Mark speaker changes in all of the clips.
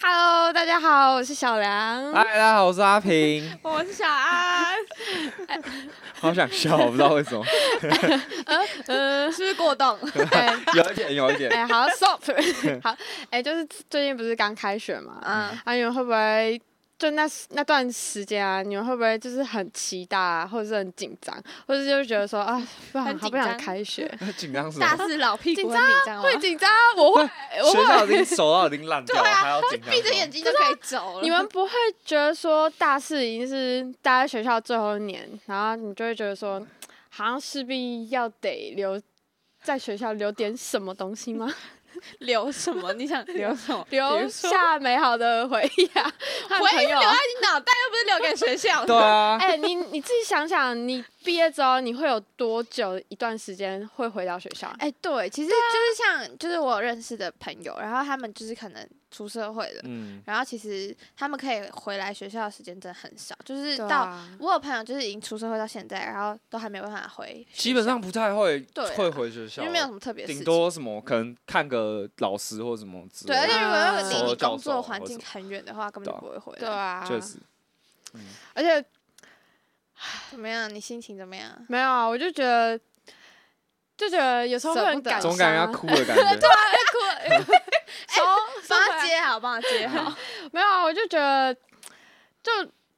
Speaker 1: Hello，大家好，我是小
Speaker 2: 嗯
Speaker 1: 梁，
Speaker 3: 嗨，大家好，我是阿平，
Speaker 2: 我是小安，
Speaker 3: 好想笑，我不知道为什 么，
Speaker 1: 嗯、
Speaker 2: 是不是过动？
Speaker 1: 哎
Speaker 3: 有一点，有一点，
Speaker 1: 哎，好，stop，好，哎、就是最近不是刚开学嘛，
Speaker 2: 嗯，
Speaker 1: 啊，你们会不会就那时那段时间啊，你们会不会就是很期待、啊，或者是很紧张，或者就是觉得说啊，不好，
Speaker 2: 很
Speaker 1: 好
Speaker 2: 紧
Speaker 1: 不想
Speaker 2: 张
Speaker 1: 开学，
Speaker 3: 紧张什
Speaker 2: 哎大
Speaker 3: 么？
Speaker 2: 四老屁股
Speaker 1: 紧
Speaker 2: 很紧张哦吗
Speaker 1: 会？紧张，啊我会，我
Speaker 3: 学
Speaker 1: 会。
Speaker 3: 校已经手到已经烂 掉了，还要紧张什么？
Speaker 2: 啊闭着眼睛就可以走了。
Speaker 1: 你们不会觉得说大四已经是待在学校最后一年，然后你就会觉得说，好像势必要得留在学校留点什么东西吗？
Speaker 2: 留什么？你想 留什么？
Speaker 1: 留下美好的回忆 啊，和
Speaker 2: 回
Speaker 1: 朋
Speaker 2: 忆
Speaker 1: 友
Speaker 2: 留
Speaker 1: 啊
Speaker 2: 在你脑袋，又不是留给学校。
Speaker 3: 对 啊，
Speaker 1: 哎、你你自己想想，你毕业之后你会有多久一段时间会回到学校？
Speaker 2: 哎、对，其实就是像，就是我认识的朋友，然后他们就是可能出社会了，
Speaker 3: 嗯，
Speaker 2: 然后其实他们可以回来学校的时间真的很少，就是
Speaker 1: 对
Speaker 2: 到、
Speaker 1: 啊
Speaker 2: 我有朋友就是已经出社会到现在，然后都还没办法回学校，
Speaker 3: 基本上不太会
Speaker 2: 对啊
Speaker 3: 会回学校
Speaker 2: 因为，没有什么特别的事
Speaker 3: 顶
Speaker 2: 情。
Speaker 3: 多什么可能看个老师或什么之
Speaker 2: 对，
Speaker 3: 类
Speaker 2: 而且
Speaker 3: 的，
Speaker 2: 如果要离你
Speaker 3: 手教
Speaker 2: 工
Speaker 3: 授
Speaker 2: 作
Speaker 3: 啊
Speaker 2: 环
Speaker 3: 或
Speaker 2: 境
Speaker 3: 什么
Speaker 2: 很远的话，根本就不会回来。
Speaker 1: 对啊，
Speaker 3: 确实，
Speaker 1: 而且
Speaker 2: 怎么样？你心情怎么 样？
Speaker 1: 没有啊，我就觉得，就觉得有时候会
Speaker 2: 舍
Speaker 1: 很
Speaker 2: 不得
Speaker 1: 感
Speaker 2: 嗯
Speaker 1: 伤啊，
Speaker 3: 总感觉要哭的 感觉，
Speaker 2: 啊
Speaker 1: 收
Speaker 2: 帮
Speaker 1: 收回
Speaker 2: 他
Speaker 1: 来
Speaker 2: 接好，帮他接 好。
Speaker 1: 没有啊，我就觉得，就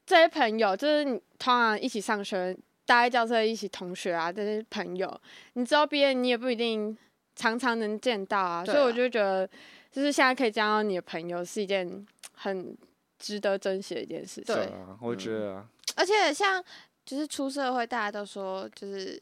Speaker 1: 这些朋友，就是你通常一起上学、待在教室的一起同学啊，这些朋友，你之后毕业你也不一定常常能见到啊，
Speaker 2: 对
Speaker 1: 所以
Speaker 2: 啊
Speaker 1: 我就觉得，就是现在可以交到你的朋友是一件很值得珍惜的一件事情。
Speaker 2: 对
Speaker 3: 啊，我
Speaker 2: 嗯
Speaker 3: 觉得啊，
Speaker 2: 而且像就是出社会，大家都说就是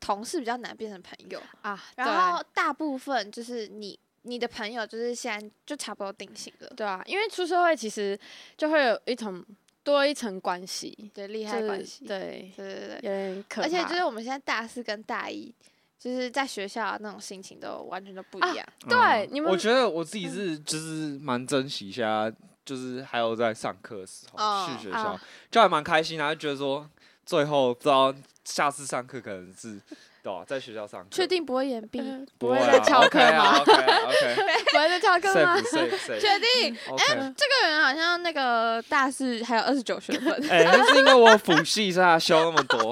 Speaker 2: 同事比较难变成朋友，
Speaker 1: 啊，
Speaker 2: 然后大部分就是你你的朋友就是现在就差不多定型了
Speaker 1: 对，对啊，因为出社会其实就会有一层多一层关系，
Speaker 2: 对，利
Speaker 1: 利
Speaker 2: 害关系，
Speaker 1: 对，
Speaker 2: 对对对，
Speaker 1: 有点可怕，
Speaker 2: 而且就是我们现在大四跟大一。就是在学校那种心情都完全都不一样，
Speaker 1: 对
Speaker 3: 嗯
Speaker 1: 你们嗯
Speaker 3: 我觉得我自己是就是蛮珍惜一下，就是还有在上课的时
Speaker 2: 哦
Speaker 3: 候去学校
Speaker 1: 啊，
Speaker 3: 就还蛮开心啊，就觉得说最后不知道下次上课可能是对啊吧，在学校上课，
Speaker 2: 确定不会延毕，
Speaker 1: 嗯
Speaker 3: 不
Speaker 1: 不会
Speaker 3: 啊
Speaker 1: 再翘课
Speaker 3: OK 啊
Speaker 1: 吗？
Speaker 3: ？OK 啊 OK，
Speaker 1: 不会再翘课吗
Speaker 3: safe？safe safe
Speaker 2: 确定。哎
Speaker 3: OK。
Speaker 2: 这个人好像那个大四还有哦二十九 学分，
Speaker 3: 哎，那是因为我辅系所以他修那么 多，
Speaker 2: 哦，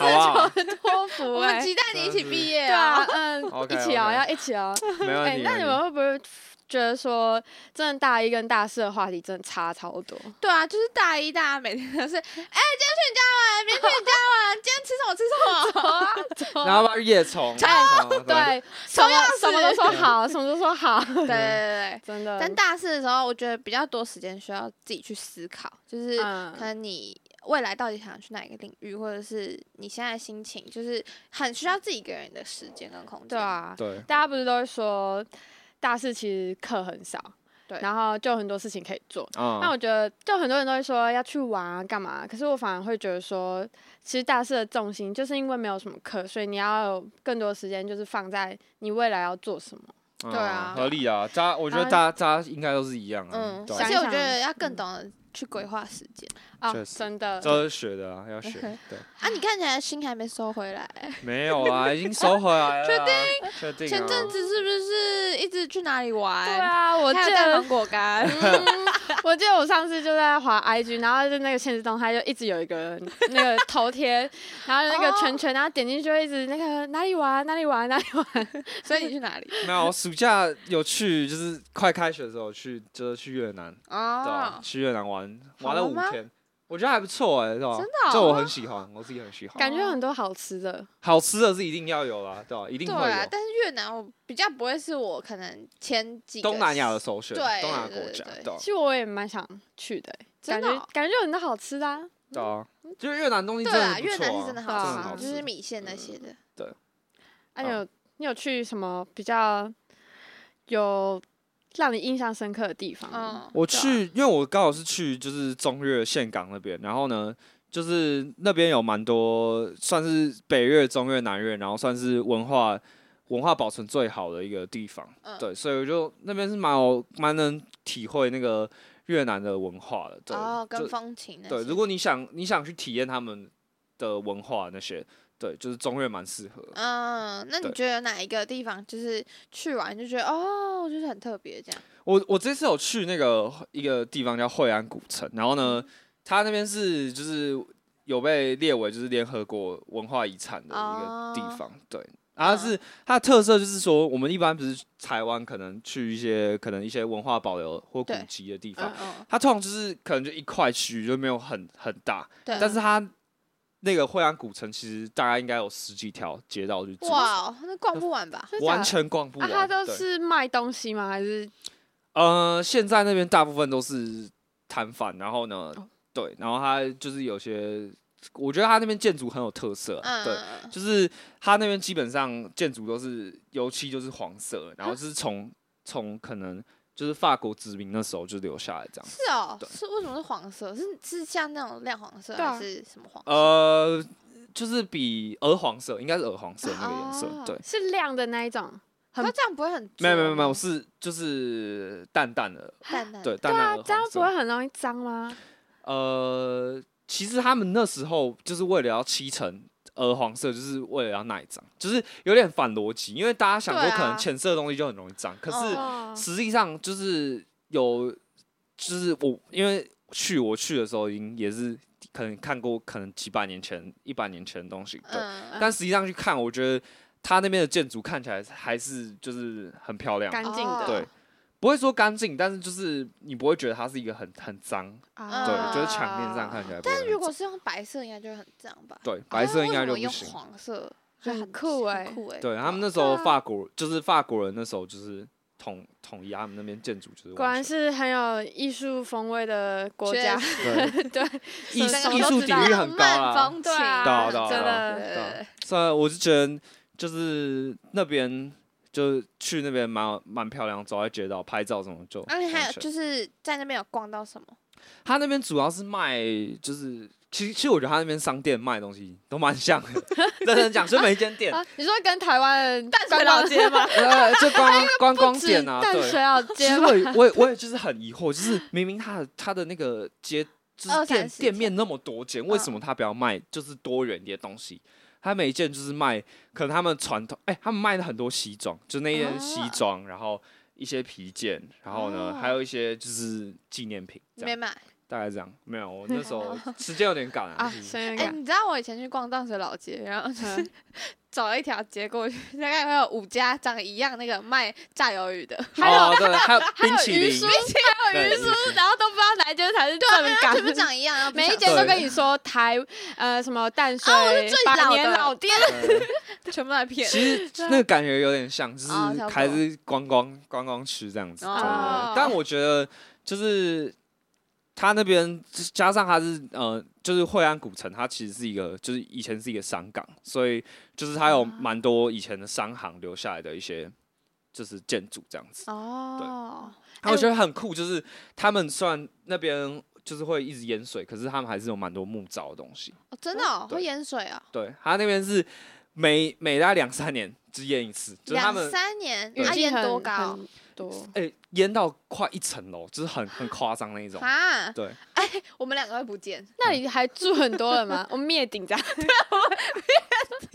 Speaker 2: 我
Speaker 3: 好不好？
Speaker 1: 托福
Speaker 2: 我
Speaker 1: 哎
Speaker 2: 们期待你一起毕业
Speaker 1: 对
Speaker 2: 啊！
Speaker 1: 啊，嗯，
Speaker 3: OK，
Speaker 1: 一起哦，
Speaker 3: OK
Speaker 1: 要一起哦。
Speaker 3: 没问
Speaker 1: 哎，
Speaker 3: 题。
Speaker 1: 那你们会不会觉得说，真的大一跟大四的话题真的差超多？
Speaker 2: 对啊，就是大一、大二每天都是，哎、今天去你家玩，明天去你家玩，今天吃什么吃什么。
Speaker 3: 然后要不要 夜虫？
Speaker 1: 啊
Speaker 3: 对
Speaker 1: 对，什
Speaker 2: 同
Speaker 1: 么
Speaker 2: 样
Speaker 1: 什么都
Speaker 2: 是
Speaker 1: 说 好，什么都说好，
Speaker 2: 对对对对。
Speaker 1: 真的。
Speaker 2: 但大四的时候，我觉得比较多时间需要自己去思考，就是
Speaker 1: 嗯
Speaker 2: 可能你未来到底想去哪一个领域，或者是你现在的心情，就是很需要自己一个人的时间跟空间。
Speaker 1: 对，啊，
Speaker 3: 对，
Speaker 1: 大家不是都会说，大四其实课很少，
Speaker 2: 对
Speaker 1: 然后就有很多事情可以做。那
Speaker 3: 嗯，
Speaker 1: 我觉得，就很多人都会说要去玩啊，干嘛啊？可是我反而会觉得说，其实大四的重心就是因为没有什么课，所以你要有更多时间，就是放在你未来要做什么。
Speaker 3: 嗯
Speaker 2: 对啊
Speaker 3: 合理啊。大家，我觉
Speaker 1: 啊
Speaker 3: 得大家大家应该都是一样啊
Speaker 2: 嗯，。
Speaker 3: 对
Speaker 2: 而
Speaker 1: 想
Speaker 2: 且
Speaker 1: 一
Speaker 2: 我
Speaker 1: 想
Speaker 2: 觉得要更懂得去规划时间、
Speaker 1: 啊，
Speaker 3: 确实
Speaker 1: 真
Speaker 2: 呃
Speaker 1: 的，
Speaker 3: 这是学的啊，要学。对，
Speaker 2: 啊！你看起来心还没收回来，
Speaker 3: 没有啊，已经收回来了。确 定？确定啊。
Speaker 2: 前阵子是不是一直去哪里玩？
Speaker 1: 对啊，我记
Speaker 2: 还有带
Speaker 1: 得
Speaker 2: 芒，果干。
Speaker 1: 嗯 我记得我上次就在滑 IG，然后就那个现实动态就一直有一个人那 个头贴，然后那个圈圈，然后点进去就一直那个哪里玩啊哪里玩哪里玩，
Speaker 2: 所以你去哪里？
Speaker 3: 没有，暑假有去，就是快开学的时候去，就是去越南，对吧？去越南玩，玩了
Speaker 2: 哦好玩
Speaker 3: 五
Speaker 2: 吗
Speaker 3: 天，我觉得还不错哎，对吧？
Speaker 2: 真的哦
Speaker 3: 这我很喜欢，我自己很喜欢。
Speaker 1: 感觉有很多好吃的。
Speaker 3: 好吃的是一定要有啦，对吧？一定
Speaker 2: 对
Speaker 3: 会
Speaker 2: 啊，
Speaker 3: 有。
Speaker 2: 但是越南我比较不会是我可能前几个
Speaker 3: 东南亚的首选，
Speaker 2: 对
Speaker 3: 东南亚
Speaker 2: 对
Speaker 3: 国
Speaker 2: 对
Speaker 3: 家，
Speaker 2: 对
Speaker 3: 对吧
Speaker 1: 哦其实我也蛮想去的、
Speaker 2: 真
Speaker 1: 感
Speaker 2: 的
Speaker 1: 觉
Speaker 2: 哦
Speaker 1: 感觉有很多好吃的、啊。
Speaker 3: 对啊，就是越南东西
Speaker 2: 对
Speaker 3: 真的
Speaker 2: 啊，
Speaker 3: 不
Speaker 2: 越
Speaker 3: 错
Speaker 2: 南
Speaker 3: 啊
Speaker 2: 是真的
Speaker 1: 对啊
Speaker 2: 好吃，
Speaker 1: 真的好
Speaker 2: 就是
Speaker 3: 吃
Speaker 2: 米线那些的。
Speaker 1: 哎、
Speaker 3: 啊
Speaker 1: 有你有去什么比较有让你印象深刻的地方吗？
Speaker 2: 嗯，
Speaker 3: 我
Speaker 2: 对啊，
Speaker 3: 去，因为我刚好是去就是中越岘港那边，然后呢，就是那边有蛮多算是北越、中越、南越，然后算是文化文化保存最好的一个地方。
Speaker 2: 嗯
Speaker 3: 对，所以我就那边是蛮有蛮能体会那个越南的文化的。对，
Speaker 2: 哦，跟
Speaker 3: 就
Speaker 2: 风情那
Speaker 3: 对，
Speaker 2: 些。
Speaker 3: 如果你想你想去体验他们的文化那些，对，就是中越蛮适合。
Speaker 2: 嗯，那你
Speaker 3: 对
Speaker 2: 觉得哪一个地方就是去完就觉得哦，就是很特别这样？
Speaker 3: 我我这次有去那个一个地方叫惠安古城，然后
Speaker 1: 嗯
Speaker 3: 呢，它那边是就是有被列为就是联合国文化遗产的一个
Speaker 1: 哦
Speaker 3: 地方，对。然后它
Speaker 1: 嗯
Speaker 3: 是它的特色就是说，我们一般不是台湾可能去一些可能一些文化保留或古
Speaker 2: 对
Speaker 3: 迹的地
Speaker 1: 嗯
Speaker 3: 方，
Speaker 2: 嗯，
Speaker 3: 它通常就是可能就一块区域就没有很很大，
Speaker 1: 嗯
Speaker 2: 对。
Speaker 3: 但是它那个惠安古城其实大概应该有十几条街道去住，
Speaker 2: 哇哦，那
Speaker 3: 呃
Speaker 2: 逛不完吧？
Speaker 1: 真的假
Speaker 3: 完
Speaker 1: 的
Speaker 3: 全逛不
Speaker 1: 啊，
Speaker 3: 完。
Speaker 1: 他都
Speaker 3: 对
Speaker 1: 是卖东西吗？还是
Speaker 3: 呃，现在那边大部分都是摊贩，然后呢，
Speaker 1: 哦
Speaker 3: 对，然后他就是有些，我觉得他那边建筑很有特色啊、
Speaker 2: 嗯，
Speaker 3: 对，
Speaker 2: 嗯
Speaker 3: 就是他那边基本上建筑都是油漆就是黄色，然后 是从从可能就是法国殖民那时候就留下来 这样。
Speaker 2: 是哦，
Speaker 3: 对
Speaker 2: 是为什么是黄色？是是像那种亮黄色
Speaker 1: 对啊
Speaker 2: 还是什么黄？
Speaker 3: 呃，就是比鹅黄色，应该是鹅黄色那个颜色，
Speaker 2: 啊
Speaker 3: 对。
Speaker 1: 哦是亮的那一种？很
Speaker 2: 它这样不会很
Speaker 3: 没有没
Speaker 2: 浊
Speaker 3: 有没有，
Speaker 2: 吗
Speaker 3: 是就是淡淡的，
Speaker 2: 淡淡
Speaker 3: 对
Speaker 2: 的
Speaker 3: 淡
Speaker 1: 对
Speaker 3: 淡
Speaker 1: 啊
Speaker 3: 的鹅，
Speaker 1: 这样
Speaker 3: 黄
Speaker 1: 不
Speaker 3: 色。
Speaker 1: 会很容易脏吗？
Speaker 3: 呃，其实他们那时候就是为了要漆成鹅黄色，就是为了要耐脏，就是有点反逻辑，因为大家想说
Speaker 2: 对啊
Speaker 3: 可能浅色的东西就很容易脏，可是
Speaker 1: 哦
Speaker 3: 实际上就是有，就是我因为去我去的时候已经也是可能看过可能几百年前、一百年前的东西，对，
Speaker 2: 嗯，
Speaker 3: 但实际上去看，我觉得他那边的建筑看起来还是就是很漂亮。
Speaker 1: 干净的，
Speaker 2: 哦
Speaker 3: 对，不会说干净，但是就是你不会觉得它是一个很很脏，
Speaker 1: 啊
Speaker 3: 对，
Speaker 2: 嗯
Speaker 3: 就是墙面上看起来不会很脏。但
Speaker 2: 如果是用白色，应该就会很脏吧？
Speaker 3: 对
Speaker 2: 啊
Speaker 3: 白色
Speaker 2: 为
Speaker 3: 应该
Speaker 2: 什
Speaker 3: 就
Speaker 2: 么
Speaker 3: 不
Speaker 2: 用
Speaker 3: 行。
Speaker 2: 黄色就
Speaker 1: 很
Speaker 2: 很
Speaker 1: 酷
Speaker 2: 嗯很
Speaker 1: 欸
Speaker 2: 酷哎，
Speaker 3: 对他 们那时
Speaker 1: 对
Speaker 3: 候
Speaker 1: 啊
Speaker 3: 法国就是法国人那时候就是统统一他们那边建筑就是
Speaker 1: 果
Speaker 3: 完
Speaker 1: 然
Speaker 3: 全
Speaker 1: 是很有艺术风味的国家，
Speaker 3: 对
Speaker 1: 对，
Speaker 3: 艺
Speaker 1: 什么
Speaker 3: 艺
Speaker 1: 都
Speaker 3: 术
Speaker 1: 知
Speaker 3: 底
Speaker 1: 道
Speaker 3: 蕴很高
Speaker 2: 浪漫
Speaker 3: 啦。
Speaker 2: 风
Speaker 1: 对
Speaker 2: 情
Speaker 1: 啊
Speaker 3: 到到
Speaker 1: 真
Speaker 3: 到
Speaker 1: 的
Speaker 2: 对对对
Speaker 3: 所以我是觉得就是那边就去那边蛮蛮漂亮，走在街道拍照什么就
Speaker 2: 那你还有
Speaker 3: 完全
Speaker 2: 就是在那边有逛到什么？
Speaker 3: 他那边主要是卖，就是其实其实我觉得他那边商店卖的东西都蛮像的， 认真讲，就每一间 店，
Speaker 1: 啊，你说跟台湾
Speaker 2: 淡水
Speaker 1: 观
Speaker 2: 老
Speaker 1: 光
Speaker 2: 街 吗？
Speaker 3: 呃，就观光观光
Speaker 1: 是
Speaker 3: 店啊，
Speaker 1: 淡水
Speaker 3: 对。
Speaker 1: 老
Speaker 3: 其
Speaker 1: 街
Speaker 3: 实
Speaker 1: 吗？
Speaker 3: 我也 我也我也就是很疑惑，就是明明他的他的那个街就是
Speaker 2: 二三
Speaker 3: 店
Speaker 2: 十
Speaker 3: 店
Speaker 2: 间
Speaker 3: 面那么多间，为什
Speaker 1: 嗯
Speaker 3: 么他不要卖就是多元一点东西？他每一件就是卖，可能他们传统，哎、他们卖了很多西装，就那些西
Speaker 2: 啊
Speaker 3: 装，然后一些皮件，然后呢，还
Speaker 1: 啊
Speaker 2: 哦
Speaker 3: 有一些就是纪念品，这样
Speaker 2: 没买。
Speaker 3: 大概这样。没有，我那 时候时间有点赶
Speaker 1: 啊，
Speaker 3: 啊。就是
Speaker 1: 深渊
Speaker 2: 哎，
Speaker 1: 感，
Speaker 2: 你知道我以前去逛淡水老街，然后 就是
Speaker 1: 嗯
Speaker 2: 走了一条街过去，大概会有五家长一样那个卖炸鱿鱼的，
Speaker 1: 还有
Speaker 3: 哦，对，还有
Speaker 1: 还有
Speaker 3: 冰淇
Speaker 1: 鱼
Speaker 3: 淋，
Speaker 1: 酥，还有
Speaker 3: 对
Speaker 1: 鱼酥，然后都不知道哪一间才是正
Speaker 2: 啊全部
Speaker 1: 港。
Speaker 2: 长一样，然后 不
Speaker 1: 每一
Speaker 2: 想
Speaker 1: 间都
Speaker 3: 对
Speaker 1: 跟你说台呃什么淡水
Speaker 2: 最
Speaker 1: 百
Speaker 2: 老
Speaker 1: 年
Speaker 2: 的啊
Speaker 1: 老店，
Speaker 3: 对
Speaker 2: 全部来骗。
Speaker 3: 其实那个感觉有点像，就是
Speaker 2: 哦差不多
Speaker 3: 还是观光观光区这样子。对对
Speaker 2: 哦
Speaker 3: 对但我觉得就是他那边加上他是呃，就是惠安古城，它其实是一个就是以前是一个商港，所以就是它有
Speaker 2: 哦
Speaker 3: 蛮多以前的商行留下来的一些就是建筑这样子。
Speaker 2: 哦，
Speaker 3: 然后我觉得很酷，就是他们虽然那边就是会一直淹水，可是他们还是有蛮多木造的东西。
Speaker 2: 哦真的哦
Speaker 3: 对
Speaker 2: 会淹水啊！
Speaker 3: 对，他那边是每每大概两三年只淹一次，就是他
Speaker 2: 两
Speaker 3: 们
Speaker 2: 三年，
Speaker 3: 对
Speaker 2: 啊
Speaker 1: 雨季
Speaker 2: 淹
Speaker 1: 很
Speaker 2: 多高？
Speaker 1: 很多，
Speaker 3: 哎、淹到快一层楼，就是很很夸张那一种。
Speaker 2: 啊！
Speaker 3: 对，
Speaker 2: 我们两个会不见，
Speaker 1: 那里还住很多人吗？我灭顶 这样，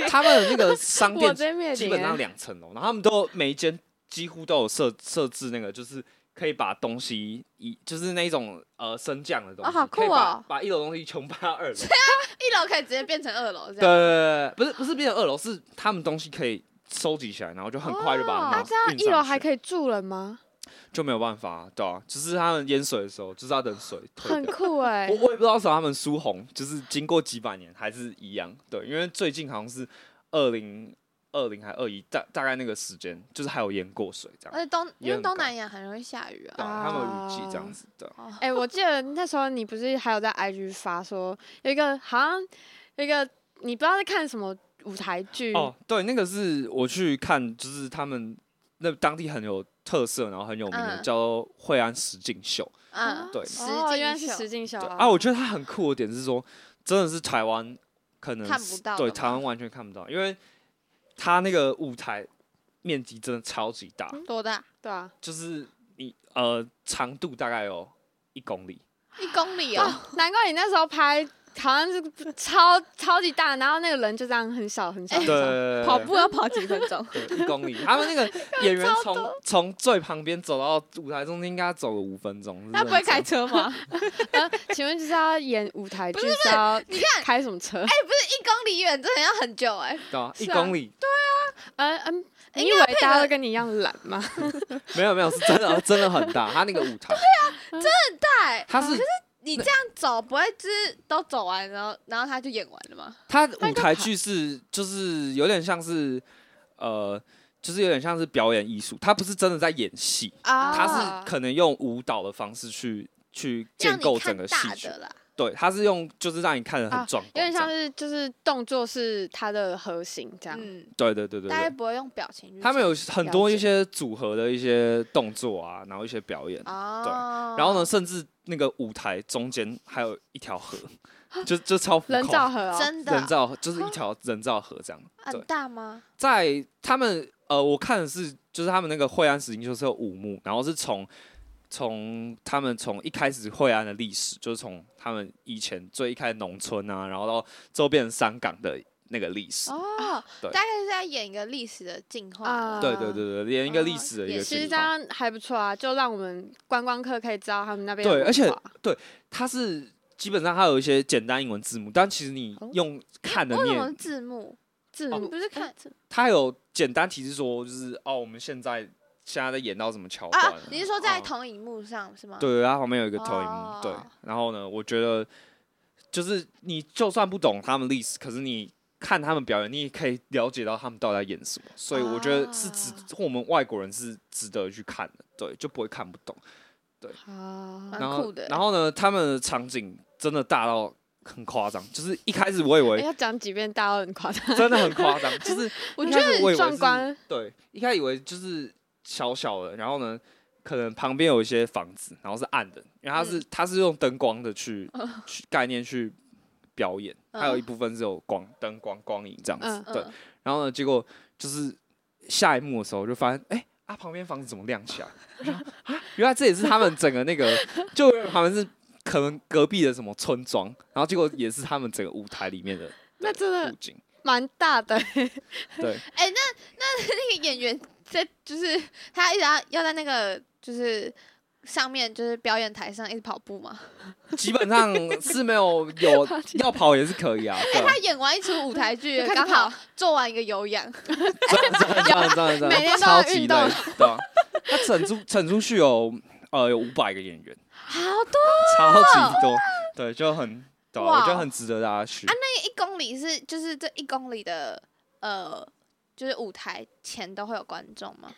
Speaker 3: 他们的那个商
Speaker 1: 我
Speaker 3: 店
Speaker 1: 真灭
Speaker 3: 基
Speaker 1: 顶
Speaker 3: 本上
Speaker 1: 欸，
Speaker 3: 两层哦楼，然后他们都每一间几乎都有设设置那个，就是可以把东西移，就是那一种呃升降的东
Speaker 1: 啊
Speaker 3: 西，
Speaker 2: 哦好酷
Speaker 3: 可以把
Speaker 2: 哦
Speaker 3: 把一楼东西全部搬到二楼。
Speaker 2: 一楼可以直接变成二楼这
Speaker 3: 对
Speaker 2: 样。
Speaker 3: 对对，不是不是变成二楼，是他们东西可以收集起来，然后就很快就把它拿
Speaker 1: 啊，这样
Speaker 3: 运
Speaker 1: 一楼
Speaker 3: 上
Speaker 1: 还
Speaker 3: 去
Speaker 1: 可以住人吗？
Speaker 3: 就没有办法、对啊，只、是他们淹水的时候，就是要等水退
Speaker 1: 很
Speaker 3: 掉。
Speaker 1: 酷哎
Speaker 3: 我，我也不知道为什么他们疏洪，就是经过几百年还是一样，对，因为最近好像是二零二零还二一大大概那个时间，就是还有淹过水这样，
Speaker 2: 而且东
Speaker 3: 也
Speaker 2: 因为
Speaker 3: 很
Speaker 2: 东
Speaker 3: 高
Speaker 2: 南亚很容易下雨
Speaker 3: 对
Speaker 2: 啊。
Speaker 3: 啊、他们有雨季这样子啊的。
Speaker 2: 哦
Speaker 1: 哎、我记得那时候你不是还有在 IG 发说有一个好像有一个你不知道在看什么舞台
Speaker 2: 嗯
Speaker 1: 剧
Speaker 3: 哦，对，那个是我去看，就是他们那当地很有特色，然后很有名的、
Speaker 2: 嗯
Speaker 3: 叫做惠安石境秀。
Speaker 2: 嗯，
Speaker 3: 对
Speaker 2: 实
Speaker 1: 哦，
Speaker 2: 境
Speaker 1: 原来是
Speaker 2: 秀
Speaker 1: 石敬秀
Speaker 3: 对啊，我觉得它很酷的点是说，真的是台湾可能
Speaker 2: 看
Speaker 3: 是
Speaker 2: 不到
Speaker 3: 对
Speaker 2: 的
Speaker 3: 台湾
Speaker 2: 吗
Speaker 3: 完全看不到，因为它那个舞台面积真的超级大，
Speaker 2: 多大？
Speaker 1: 对啊，
Speaker 3: 就是你呃长度大概有一公里，
Speaker 2: 一公里
Speaker 1: 哦
Speaker 2: 哦，
Speaker 1: 难怪你那时候拍好像是超超级大，然后那个人就这样很小很小，很
Speaker 3: 对对
Speaker 1: 小
Speaker 3: 对
Speaker 2: 跑步要跑几分
Speaker 3: ？
Speaker 2: 钟
Speaker 3: 对一公 里，他们那个演员从从最旁边走到舞台中间，应该要走个五分钟。是
Speaker 2: 他不会
Speaker 3: 认真
Speaker 2: 开车吗？
Speaker 1: 呃，请问就是要演舞台剧是哎要
Speaker 2: 你看
Speaker 1: 开什么车？
Speaker 2: 一公里远真的要很久哎、
Speaker 3: 对啊，一
Speaker 1: 是啊
Speaker 3: 公里
Speaker 1: 嗯嗯，你以
Speaker 2: 应该
Speaker 1: 为
Speaker 2: 要配
Speaker 1: 大家
Speaker 2: 合
Speaker 1: 会跟你一样懒吗？
Speaker 3: 没有没有是真的真的很大，他那个舞台，
Speaker 2: 对，
Speaker 3: 他 是
Speaker 2: 你这样走不会就是都走完，然后然后他就演完了吗？
Speaker 3: 他舞台剧是就是有点像是呃，就是有点像是表演艺术，他不是真的在演戏，
Speaker 1: 啊
Speaker 3: 他是可能用舞蹈的方式去去建
Speaker 2: 让你
Speaker 3: 构
Speaker 2: 看
Speaker 3: 整个戏
Speaker 2: 大
Speaker 3: 剧
Speaker 2: 的，啦，
Speaker 3: 对，他是用就是让你看得很
Speaker 1: 啊
Speaker 3: 壮
Speaker 1: 有
Speaker 3: 观
Speaker 1: 点
Speaker 3: 这
Speaker 1: 像
Speaker 3: 样，
Speaker 1: 是就是动作是它的核心这样。
Speaker 2: 嗯，
Speaker 3: 对对对对
Speaker 2: 大家
Speaker 3: 对。
Speaker 2: 不会用表情去讲。
Speaker 3: 他们有很多
Speaker 1: 了解
Speaker 3: 一些组合的一些动作啊，然后一些表演，
Speaker 2: 哦，
Speaker 3: 然后呢，甚至那个舞台中间还有一条 河，就就超浮
Speaker 1: 人造
Speaker 3: 夸
Speaker 1: 河哦，
Speaker 2: 真的
Speaker 3: 人造河就是一条人造河这样。对
Speaker 2: 很，大吗？
Speaker 3: 在他们呃，我看的是就是他们那个惠安石英就是有五幕，然后是从从他们从一开始惠安的历史，就是从他们以前最一开始农村啊，然后到周边香港的那个历史。
Speaker 2: 哦，
Speaker 3: 对
Speaker 2: 大概是在演一个历史的进化啦。
Speaker 1: 啊
Speaker 3: 对对对对，连一个
Speaker 2: 哦
Speaker 3: 历史的一
Speaker 2: 也
Speaker 3: 个
Speaker 1: 其实
Speaker 3: 情
Speaker 1: 这
Speaker 3: 况。
Speaker 1: 样还不错啊，就让我们观光客可以知道他们那边的
Speaker 3: 对，
Speaker 1: 文
Speaker 3: 而且
Speaker 1: 化
Speaker 3: 对，它是基本上它有一些简单英文字幕，但其实你
Speaker 1: 哦
Speaker 3: 用看的
Speaker 2: 为什
Speaker 3: 念
Speaker 2: 么字幕？
Speaker 1: 字
Speaker 3: 哦
Speaker 1: 幕
Speaker 2: 不是看
Speaker 3: 他有简单提示说，就是哦，我们现在现在在演到什么桥段、
Speaker 2: 啊？你是说在
Speaker 3: 哦
Speaker 2: 投影幕上是吗？
Speaker 3: 对，它旁边有一个投影幕，
Speaker 2: 哦
Speaker 3: 对。然后呢，我觉得就是你就算不懂他们历史，可是你看他们表演，你也可以了解到他们到底在演什么。所以我觉得是值，我们外国人是值得去看的，对，就不会看不懂。
Speaker 1: 啊
Speaker 2: 蛮
Speaker 3: 然后
Speaker 2: 酷的，欸
Speaker 3: 然后呢，他们的场景真的大到很夸张，就是一开始我以
Speaker 1: 哎
Speaker 3: 为
Speaker 1: 要讲几遍大家都很夸 张，
Speaker 3: 真的很夸张，就是
Speaker 1: 我
Speaker 3: 一
Speaker 1: 觉
Speaker 3: 开
Speaker 1: 得
Speaker 3: 始我以
Speaker 1: 很
Speaker 3: 为
Speaker 1: 壮
Speaker 3: 是嗯
Speaker 1: 观。
Speaker 3: 对，一开始以为就是小小的，然后呢，可能旁边有一些房子，然后是暗的，然后它
Speaker 1: 嗯
Speaker 3: 是、它是用灯光的去、
Speaker 1: 哦
Speaker 3: 去概念去表演，还有一部分是有光灯光光影这样子。
Speaker 1: 嗯
Speaker 3: 对，然后呢，结果就是下一幕的时候就发现，哎、啊，旁边房子怎么亮起来？我想啊，原来这也是他们整个那个，就他们是可能隔壁的什么村庄，然后结果也是他们整个舞台里面的
Speaker 1: 那真
Speaker 3: 布
Speaker 1: 的
Speaker 3: 景。
Speaker 1: 蛮大 的，
Speaker 3: 对，
Speaker 2: 那个演员在就是 他一直要要在那个就是上面就是表演台上一直跑步嘛。
Speaker 3: 基本上是没有有要跑也是 可以啊，对啊
Speaker 2: 哎他，演完一出舞台剧
Speaker 1: 就，开始
Speaker 2: 刚好做完一个有氧，
Speaker 3: 真的真的真的真的
Speaker 1: 每
Speaker 3: 真的
Speaker 1: 天都
Speaker 3: 超
Speaker 1: 要
Speaker 3: 级累，
Speaker 1: 运动
Speaker 3: 对啊，他整出整出去有呃有五百个演员，
Speaker 2: 好多。
Speaker 1: 哦
Speaker 3: 超级多，对，就很对啊、
Speaker 2: 哇
Speaker 3: 我觉得很值得大家去
Speaker 2: 啊。那一公里是就是这一公里的呃，就是舞台前都会有观众吗？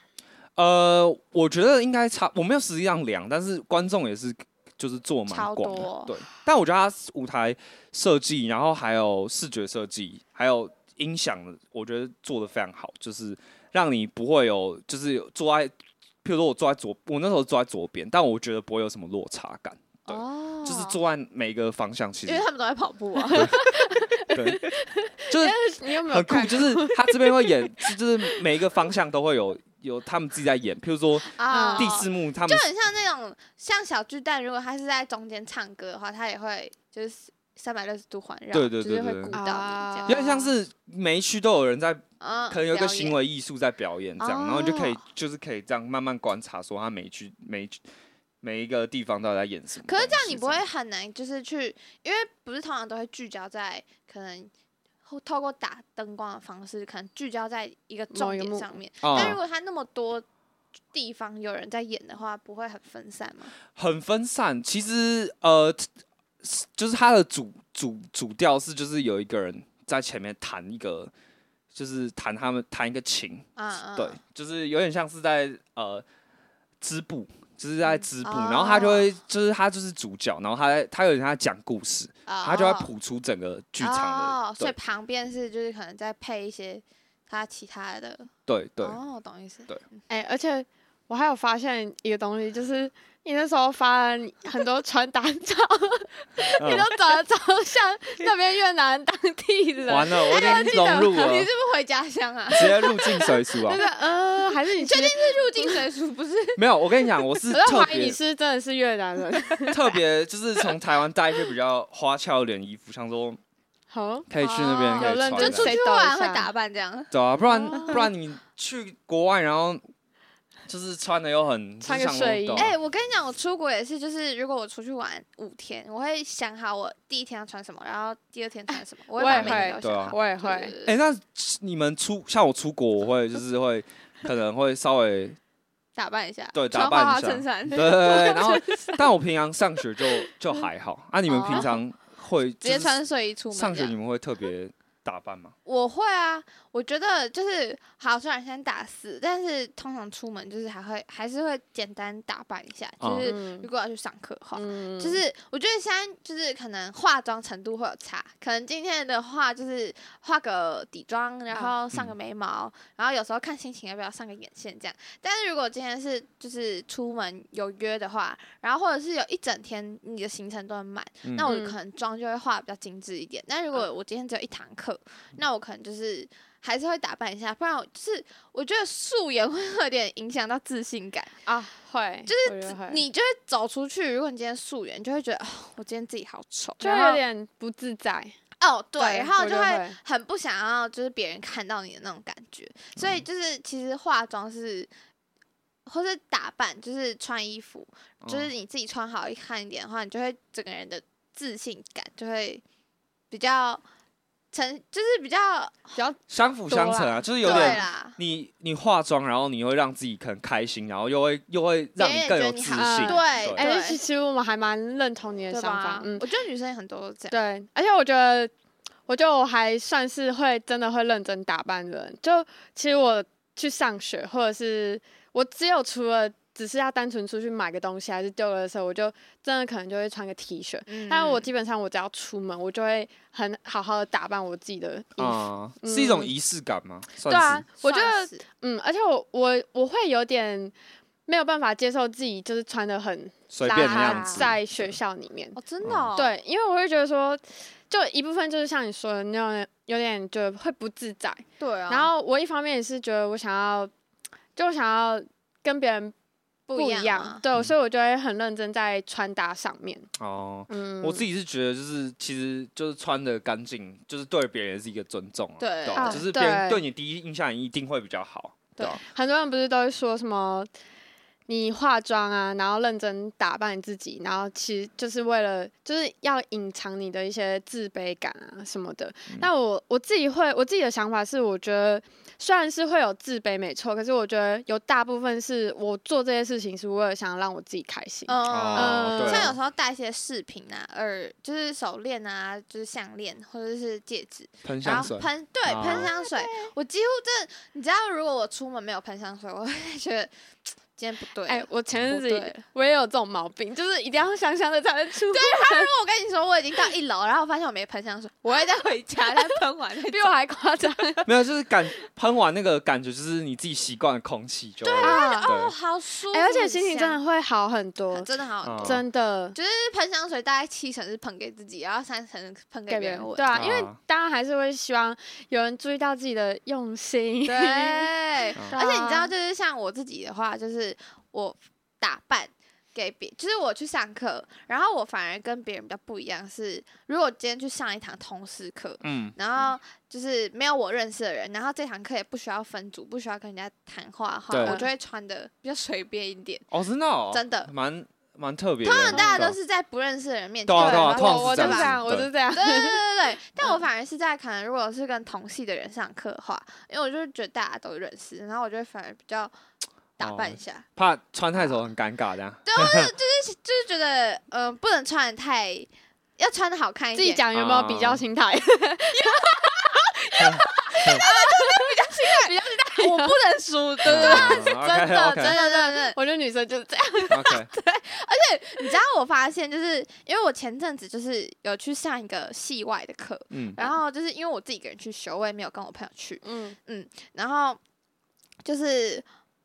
Speaker 3: 呃，我觉得应该差，我没有实际上量，但是观众也是就是坐蛮
Speaker 2: 超
Speaker 3: 广的，
Speaker 2: 多
Speaker 3: 对。但我觉得他舞台设计，然后还有视觉设计，还有音响，我觉得做的非常好，就是让你不会有就是坐在，譬如说我坐在左，我那时候坐在左边，但我觉得不会有什么落差感，对
Speaker 2: 哦
Speaker 3: 就是，坐在每个方向其
Speaker 2: 因
Speaker 3: 实
Speaker 2: 为他们都在跑步啊。
Speaker 3: 对，就是
Speaker 1: 你有没有
Speaker 3: 很酷
Speaker 1: 看，？
Speaker 3: 就是他这边会演，就是每一个方向都会有有他们自己在演，譬如 说
Speaker 2: 啊，
Speaker 3: 第四幕他们
Speaker 2: 就很像那种像小巨蛋，如果他是在中间唱歌的话，他也会就是三百六十度环绕，
Speaker 3: 对对对
Speaker 2: 就是
Speaker 3: 对
Speaker 2: 会鼓到
Speaker 1: 哦
Speaker 2: 你这样。
Speaker 3: 有点像是每一区都有人在，
Speaker 2: 哦嗯
Speaker 3: 可能有一个
Speaker 2: 表演
Speaker 3: 行为艺术在表演这样，
Speaker 2: 哦
Speaker 3: 然后你就可以就是可以这样慢慢观察，说他每一区每一区每一个地方到底在演什么东
Speaker 2: 可
Speaker 3: 西。
Speaker 2: 是这样你不会很难，就是去，因为不是通常都会聚焦在可能后透过打灯光的方式，可能聚焦在一个重
Speaker 1: 某一个
Speaker 2: 点
Speaker 1: 目
Speaker 2: 上面。
Speaker 3: 这样
Speaker 2: 但
Speaker 3: 啊、
Speaker 2: 如果它那么多地方有人在演的话，不会很分散吗？
Speaker 3: 很分散。其实呃，就是他的主主主调是就是有一个人在前面弹一个，就是弹他们弹一个琴，
Speaker 2: 啊啊，
Speaker 3: 对，就是有点像是在呃织布，就是在织布，
Speaker 2: 哦
Speaker 3: 然后他就会就是他就是主角，然后他在他有点在讲故事，
Speaker 1: 哦
Speaker 2: 啊
Speaker 3: 他就会谱出整个剧场
Speaker 2: 哦，所以
Speaker 3: 的，
Speaker 2: 旁边是就是可能再配一些他其他的。
Speaker 3: 对对对
Speaker 2: 哦，懂意思。
Speaker 3: 对
Speaker 1: 哎，而且我还有发现一个东西，就是你那时候发了很多穿搭照，
Speaker 3: 嗯
Speaker 1: 你都长得超像那边越南当地人。
Speaker 3: 完了，我已经融入
Speaker 2: 你是不
Speaker 3: 了，
Speaker 2: 是回家乡啊？
Speaker 3: 直接入境水俗 啊
Speaker 1: 那！个呃，还是你 确定？
Speaker 2: 入境水俗不是？
Speaker 3: 没有，我跟你讲，我是
Speaker 1: 我在
Speaker 3: 特
Speaker 1: 怀疑你
Speaker 3: 别
Speaker 1: 是真的是越南 人。
Speaker 3: 特别，就是从台湾带一些比较花俏一点的衣服，想说
Speaker 1: 好，
Speaker 3: 可以去那边
Speaker 2: 哦
Speaker 3: 可
Speaker 1: 有认
Speaker 3: 以
Speaker 1: 真
Speaker 3: 穿
Speaker 1: 出
Speaker 3: 的，
Speaker 1: 去
Speaker 2: 去
Speaker 1: 玩
Speaker 2: 玩
Speaker 1: 会
Speaker 2: 会
Speaker 1: 打
Speaker 2: 打扮 这样，
Speaker 3: 对啊，不然
Speaker 1: 哦
Speaker 3: 不然你去国外，然后就是穿的又很
Speaker 1: 穿个
Speaker 3: 就像我啊
Speaker 1: 睡衣
Speaker 3: 懂
Speaker 2: 哎、我跟你讲，我出国也是，就是如果我出去玩五天，我会想好我第一天要穿什么，然后第二天穿什么，我会
Speaker 1: 我也
Speaker 2: 把每天
Speaker 3: 会
Speaker 2: 都
Speaker 3: 对
Speaker 2: 想
Speaker 3: 啊
Speaker 2: 好。
Speaker 1: 我也
Speaker 2: 对
Speaker 1: 会。
Speaker 2: 对对
Speaker 3: 哎、那你们出像我出国，我会就是会可能会稍微
Speaker 2: 打扮一下，
Speaker 3: 对打
Speaker 2: 穿
Speaker 3: 扮一
Speaker 2: 花花
Speaker 3: 下
Speaker 2: 衬衫
Speaker 3: 对，对对，然后但我平常上学就就还好啊。你们平常会
Speaker 2: 直接
Speaker 3: 就是
Speaker 2: 穿睡衣出门这样。
Speaker 3: 上学，你们会特别打扮吗？
Speaker 2: 我会啊，我觉得就是好，虽然先打死，但是通常出门就是还会还是会简单打扮一下，
Speaker 3: 嗯
Speaker 2: 就是
Speaker 1: 嗯
Speaker 2: 如果要去上课的话，
Speaker 1: 嗯
Speaker 2: 就是我觉得现在就是可能化妆程度会有差，可能今天的话就是画个底妆，
Speaker 1: 嗯
Speaker 2: 然后上个眉毛，然后有时候看心情要不要上个眼线这样。但是如果今天是就是出门有约的话，然后或者是有一整天你的行程都很满，
Speaker 3: 嗯
Speaker 2: 那我
Speaker 1: 嗯
Speaker 2: 可能妆就会化得比较精致一点。但如果我今天只有一堂课，那我可能就是。还是会打扮一下，不然我就是我觉得素颜会有点影响到自信感。
Speaker 1: 啊，会，就是
Speaker 2: 你就会走出去，如果你今天素颜，你就会觉得哦，我今天自己好丑，
Speaker 1: 就
Speaker 2: 然
Speaker 1: 有
Speaker 2: 后
Speaker 1: 点不自在。
Speaker 2: 哦，对，
Speaker 1: 对
Speaker 2: 然后
Speaker 1: 我
Speaker 2: 就
Speaker 1: 就
Speaker 2: 会
Speaker 1: 会
Speaker 2: 很不想要，就是别人看到你的那种感觉。所
Speaker 1: 嗯
Speaker 2: 以就是其实化妆是，或是打扮，就是穿衣服，就是
Speaker 1: 嗯
Speaker 3: 哦
Speaker 2: 你自己穿好一看一点的话，你就会整个人的自信感就会比较成，就是比较
Speaker 1: 比较
Speaker 3: 相辅相成
Speaker 1: 多
Speaker 3: 啊，就是有
Speaker 2: 对
Speaker 3: 点
Speaker 2: 啦。
Speaker 3: 你你化妆，然后你会让自己很开心，然后又会又会让
Speaker 2: 别人也
Speaker 3: 更
Speaker 2: 觉
Speaker 3: 有自
Speaker 2: 得你
Speaker 3: 信。
Speaker 1: 好嗯
Speaker 2: 对
Speaker 1: 哎、其实我们还蛮认同你的
Speaker 2: 对
Speaker 1: 想法
Speaker 2: 吧，？
Speaker 1: 嗯，
Speaker 2: 我觉得女生也很多都这样。
Speaker 1: 对，而且我觉得，我觉得我还算是会真的会认真打扮人。就其实我去上学，或者是我只有除了只是要单纯出去买个东西还是丢了的时候，我就真的可能就会穿个 T 恤。
Speaker 2: 嗯
Speaker 1: 但我
Speaker 2: 嗯
Speaker 1: 基本上我只要出门，我就会很好好的打扮我自己的衣服。
Speaker 3: 啊、
Speaker 1: 嗯
Speaker 3: 是一种仪式感吗？
Speaker 1: 对啊
Speaker 3: 算，
Speaker 1: 我觉
Speaker 2: 算
Speaker 1: 得
Speaker 2: 是
Speaker 1: 嗯，而且我我我会有点没有办法接受自己就是穿的很
Speaker 3: 是随
Speaker 1: 邋
Speaker 3: 便的样
Speaker 1: 遢
Speaker 3: 子，
Speaker 1: 在学校里面。
Speaker 2: 哦，真的、哦，
Speaker 1: 嗯对，因为我会觉得说，就一部分就是像你说的那种，有点觉得会不自在。
Speaker 2: 对啊，
Speaker 1: 然后我一方面也是觉得我想要，就我想要跟别人
Speaker 2: 不
Speaker 1: 不一
Speaker 2: 样啊
Speaker 1: 样，
Speaker 2: 嘛，
Speaker 1: 对，
Speaker 3: 嗯
Speaker 1: 所以我就会很认真在穿搭上面。
Speaker 3: 哦。
Speaker 1: 嗯，
Speaker 3: 我自己是觉得，就是其实就是穿的干净，就是对别人也是一个尊重啊、
Speaker 2: 对
Speaker 3: 吧
Speaker 1: 啊
Speaker 3: 就是别人
Speaker 1: 对
Speaker 3: 对你第一印象一定会比较好，
Speaker 2: 对
Speaker 3: 吧
Speaker 1: 很多人不是都会说什么，你化妆啊，然后认真打扮自己，然后其实就是为了就是要隐藏你的一些自卑感啊什么的。但我我自己会我自己的想法是，我觉得虽然是会有自卑没错，可是我觉得有大部分是我做这些事情是为了想让我自己开心。
Speaker 2: 嗯
Speaker 3: 哦对啊
Speaker 2: 像有时候戴一些饰品啊，耳就是手链啊，就是项链或者是戒指，
Speaker 3: 喷
Speaker 2: 然
Speaker 3: 香
Speaker 2: 后
Speaker 3: 水。
Speaker 2: 喷对
Speaker 3: 哦
Speaker 2: 喷香水，我几乎真的，你知道，如果我出门没有喷香水，我会觉得嘖今天不对。
Speaker 1: 哎、我前阵
Speaker 2: 不
Speaker 1: 子
Speaker 2: 对
Speaker 1: 也我也有这种毛病，就是一定要香香的才能出门，
Speaker 2: 但是我跟你说，我已经到一楼，然后我发现我没喷香水，我会再回家再喷完 再
Speaker 1: 比
Speaker 2: 走
Speaker 1: 我还夸张。
Speaker 3: 没有，就是感喷完那个感觉，就是你自己习惯的空气就会对
Speaker 1: 啊
Speaker 2: 哦，好舒服，
Speaker 1: 哎、而且心情真的
Speaker 2: 很
Speaker 1: 会好很多
Speaker 2: 香，真的好很多。
Speaker 3: 哦
Speaker 1: 真的。
Speaker 2: 就是喷香水大概七成是喷给自己，然后三成是喷给
Speaker 1: 给
Speaker 2: 别
Speaker 1: 别
Speaker 2: 人
Speaker 1: 人
Speaker 2: 闻。
Speaker 1: 对啊，因为
Speaker 3: 啊
Speaker 1: 当然还是会希望有人注意到自己的用心。
Speaker 2: 对，
Speaker 1: 对
Speaker 2: 而且你知
Speaker 1: 啊
Speaker 2: 道，就是像我自己的话，就是我打扮给别，就是我去上课，然后我反而跟别人比较不一样是，如果今天去上一堂通识课，
Speaker 3: 嗯，
Speaker 2: 然后就是没有我认识的人，然后这堂课也不需要分组，不需要跟人家谈话的话，
Speaker 3: 对
Speaker 2: 我就会穿的比较随便一点。
Speaker 3: 哦，真的哦，
Speaker 2: 真的
Speaker 3: 蛮蛮特别的。通常
Speaker 2: 大家都是在不认识的人面
Speaker 3: 对
Speaker 2: 前，
Speaker 3: 啊
Speaker 1: 对
Speaker 3: 对啊
Speaker 1: 我
Speaker 3: 通常
Speaker 1: 我
Speaker 3: 是
Speaker 1: 就
Speaker 3: 这
Speaker 1: 这
Speaker 3: 样 子
Speaker 1: 样，我就
Speaker 3: 对
Speaker 1: 这样。
Speaker 2: 对对对对对，但我反而是在可能如果是跟同系的人上课的话，因为我就觉得大家都认识，然后我就会反而比较打
Speaker 1: 哦
Speaker 2: 扮一下。
Speaker 3: 哦怕穿太丑很尴尬，这样。
Speaker 2: 就是觉得，呃，不能穿的太，要穿的好看一
Speaker 1: 自己
Speaker 2: 点。
Speaker 1: 讲有没有比
Speaker 3: 啊
Speaker 1: 较心态？
Speaker 2: 我不 能输，对对对，
Speaker 1: 真的
Speaker 3: 对哦 OK
Speaker 2: 真的
Speaker 3: OK
Speaker 2: 真的真的。
Speaker 1: 我觉得女生就是这样。
Speaker 3: OK，
Speaker 2: 你知道我发现，就是因为我前阵子就是有去上一个系外的课，
Speaker 3: 嗯，
Speaker 2: 然后就是因为我自己一个人去嗯修，我也没有跟我朋友去，
Speaker 1: 嗯，
Speaker 2: 然后就是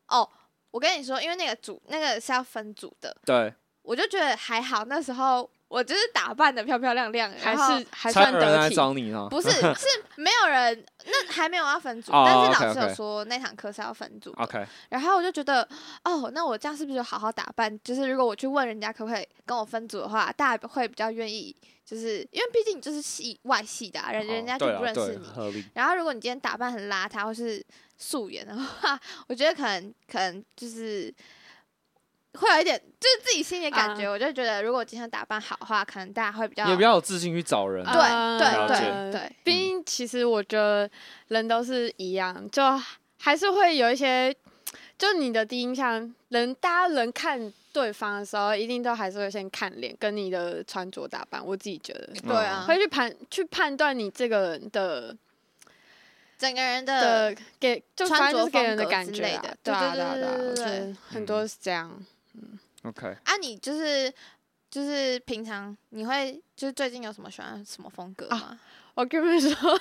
Speaker 2: 哦。我跟你说，因为那个组那个是要分组的，
Speaker 3: 对，
Speaker 2: 我就觉得还好。那时候我就是打扮的漂漂亮亮，
Speaker 1: 还
Speaker 2: 然后
Speaker 1: 是还
Speaker 3: 才
Speaker 1: 算
Speaker 3: 有人
Speaker 1: 得
Speaker 3: 来
Speaker 1: 体。
Speaker 3: 找你 呢。
Speaker 2: 不是是没有人，那还没有要分组，
Speaker 3: 哦
Speaker 2: 但是
Speaker 3: OK，
Speaker 2: 老师
Speaker 3: OK
Speaker 2: 有说那堂课是要分组的
Speaker 3: OK，
Speaker 2: 然后我就觉得，哦，那我这样是不是就好好打扮？就是如果我去问人家可不可以跟我分组的话，大家会比较愿意，就是因为毕竟你就是系外系的、啊，人、人家就
Speaker 3: 对
Speaker 2: 不
Speaker 3: 啊
Speaker 2: 认识
Speaker 3: 对，
Speaker 2: 你。
Speaker 3: 合理。
Speaker 2: 然后如果你今天打扮很邋遢或是素颜的话，我觉得可能可能就是会有一点，就是自己心里的感觉。我就觉得，如果今天打扮好的话，可能大家会比较
Speaker 3: 也比较有自信去找人啊。
Speaker 2: 对
Speaker 1: 啊
Speaker 3: 了
Speaker 2: 对
Speaker 3: 解
Speaker 2: 对对，
Speaker 1: 毕竟其实我觉得人都是一样，就还是会有一些，就你的第一印象，人大家人看对方的时候，一定都还是会先看脸跟你的穿着打扮。我自己觉得
Speaker 3: 嗯
Speaker 2: 对啊
Speaker 1: 会去判去判断你这个人的
Speaker 2: 整个人的
Speaker 1: 的给，就
Speaker 2: 呃穿
Speaker 1: 反正就
Speaker 2: 着
Speaker 1: 是给
Speaker 2: 风
Speaker 1: 人的
Speaker 2: 格
Speaker 1: 感
Speaker 2: 之
Speaker 1: 觉
Speaker 2: 类
Speaker 1: 啊
Speaker 2: 的
Speaker 1: 对啊
Speaker 2: 对
Speaker 1: 对啊
Speaker 2: 对
Speaker 1: 对啊，
Speaker 2: 对
Speaker 1: 我
Speaker 2: 对
Speaker 1: 觉
Speaker 2: 对嗯
Speaker 1: 得很多是这样。
Speaker 3: OK，
Speaker 2: 啊，你就是就是平常你会就是最近有什么喜欢什么风格
Speaker 1: 啊
Speaker 2: 吗？
Speaker 1: 我跟你们说，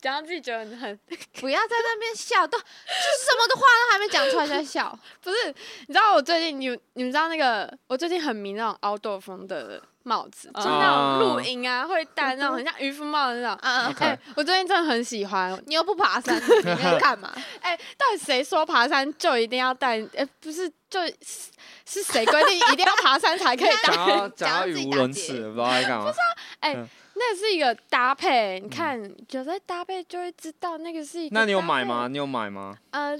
Speaker 1: 讲到自己觉得很
Speaker 2: 不要在那边笑，都就是什么的话都还没讲出来就在笑。
Speaker 1: 不是，你知道我最近你们你们知道那个我最近很迷那种 outdoor 风的帽子，就是
Speaker 3: 哦
Speaker 1: 那种露营啊会戴那种很像渔夫帽的那种。
Speaker 2: 嗯，嗯
Speaker 3: OK
Speaker 1: 哎、我最近真的很喜欢。
Speaker 2: 你又不爬山，你在干嘛？
Speaker 1: 到底谁说爬山就一定要戴？哎、不是，就是是谁规定一定要爬山才可以
Speaker 3: 讲
Speaker 1: 戴？
Speaker 3: 到讲
Speaker 2: 讲到
Speaker 3: 到
Speaker 2: 自
Speaker 3: 语
Speaker 2: 己
Speaker 3: 无
Speaker 2: 打
Speaker 3: 伦
Speaker 2: 结
Speaker 3: 次，不知道在 干嘛。
Speaker 1: 那是一个搭配，你看、有在搭配就会知道那个是一个。
Speaker 3: 那你有买吗？？你有买吗？
Speaker 1: 呃，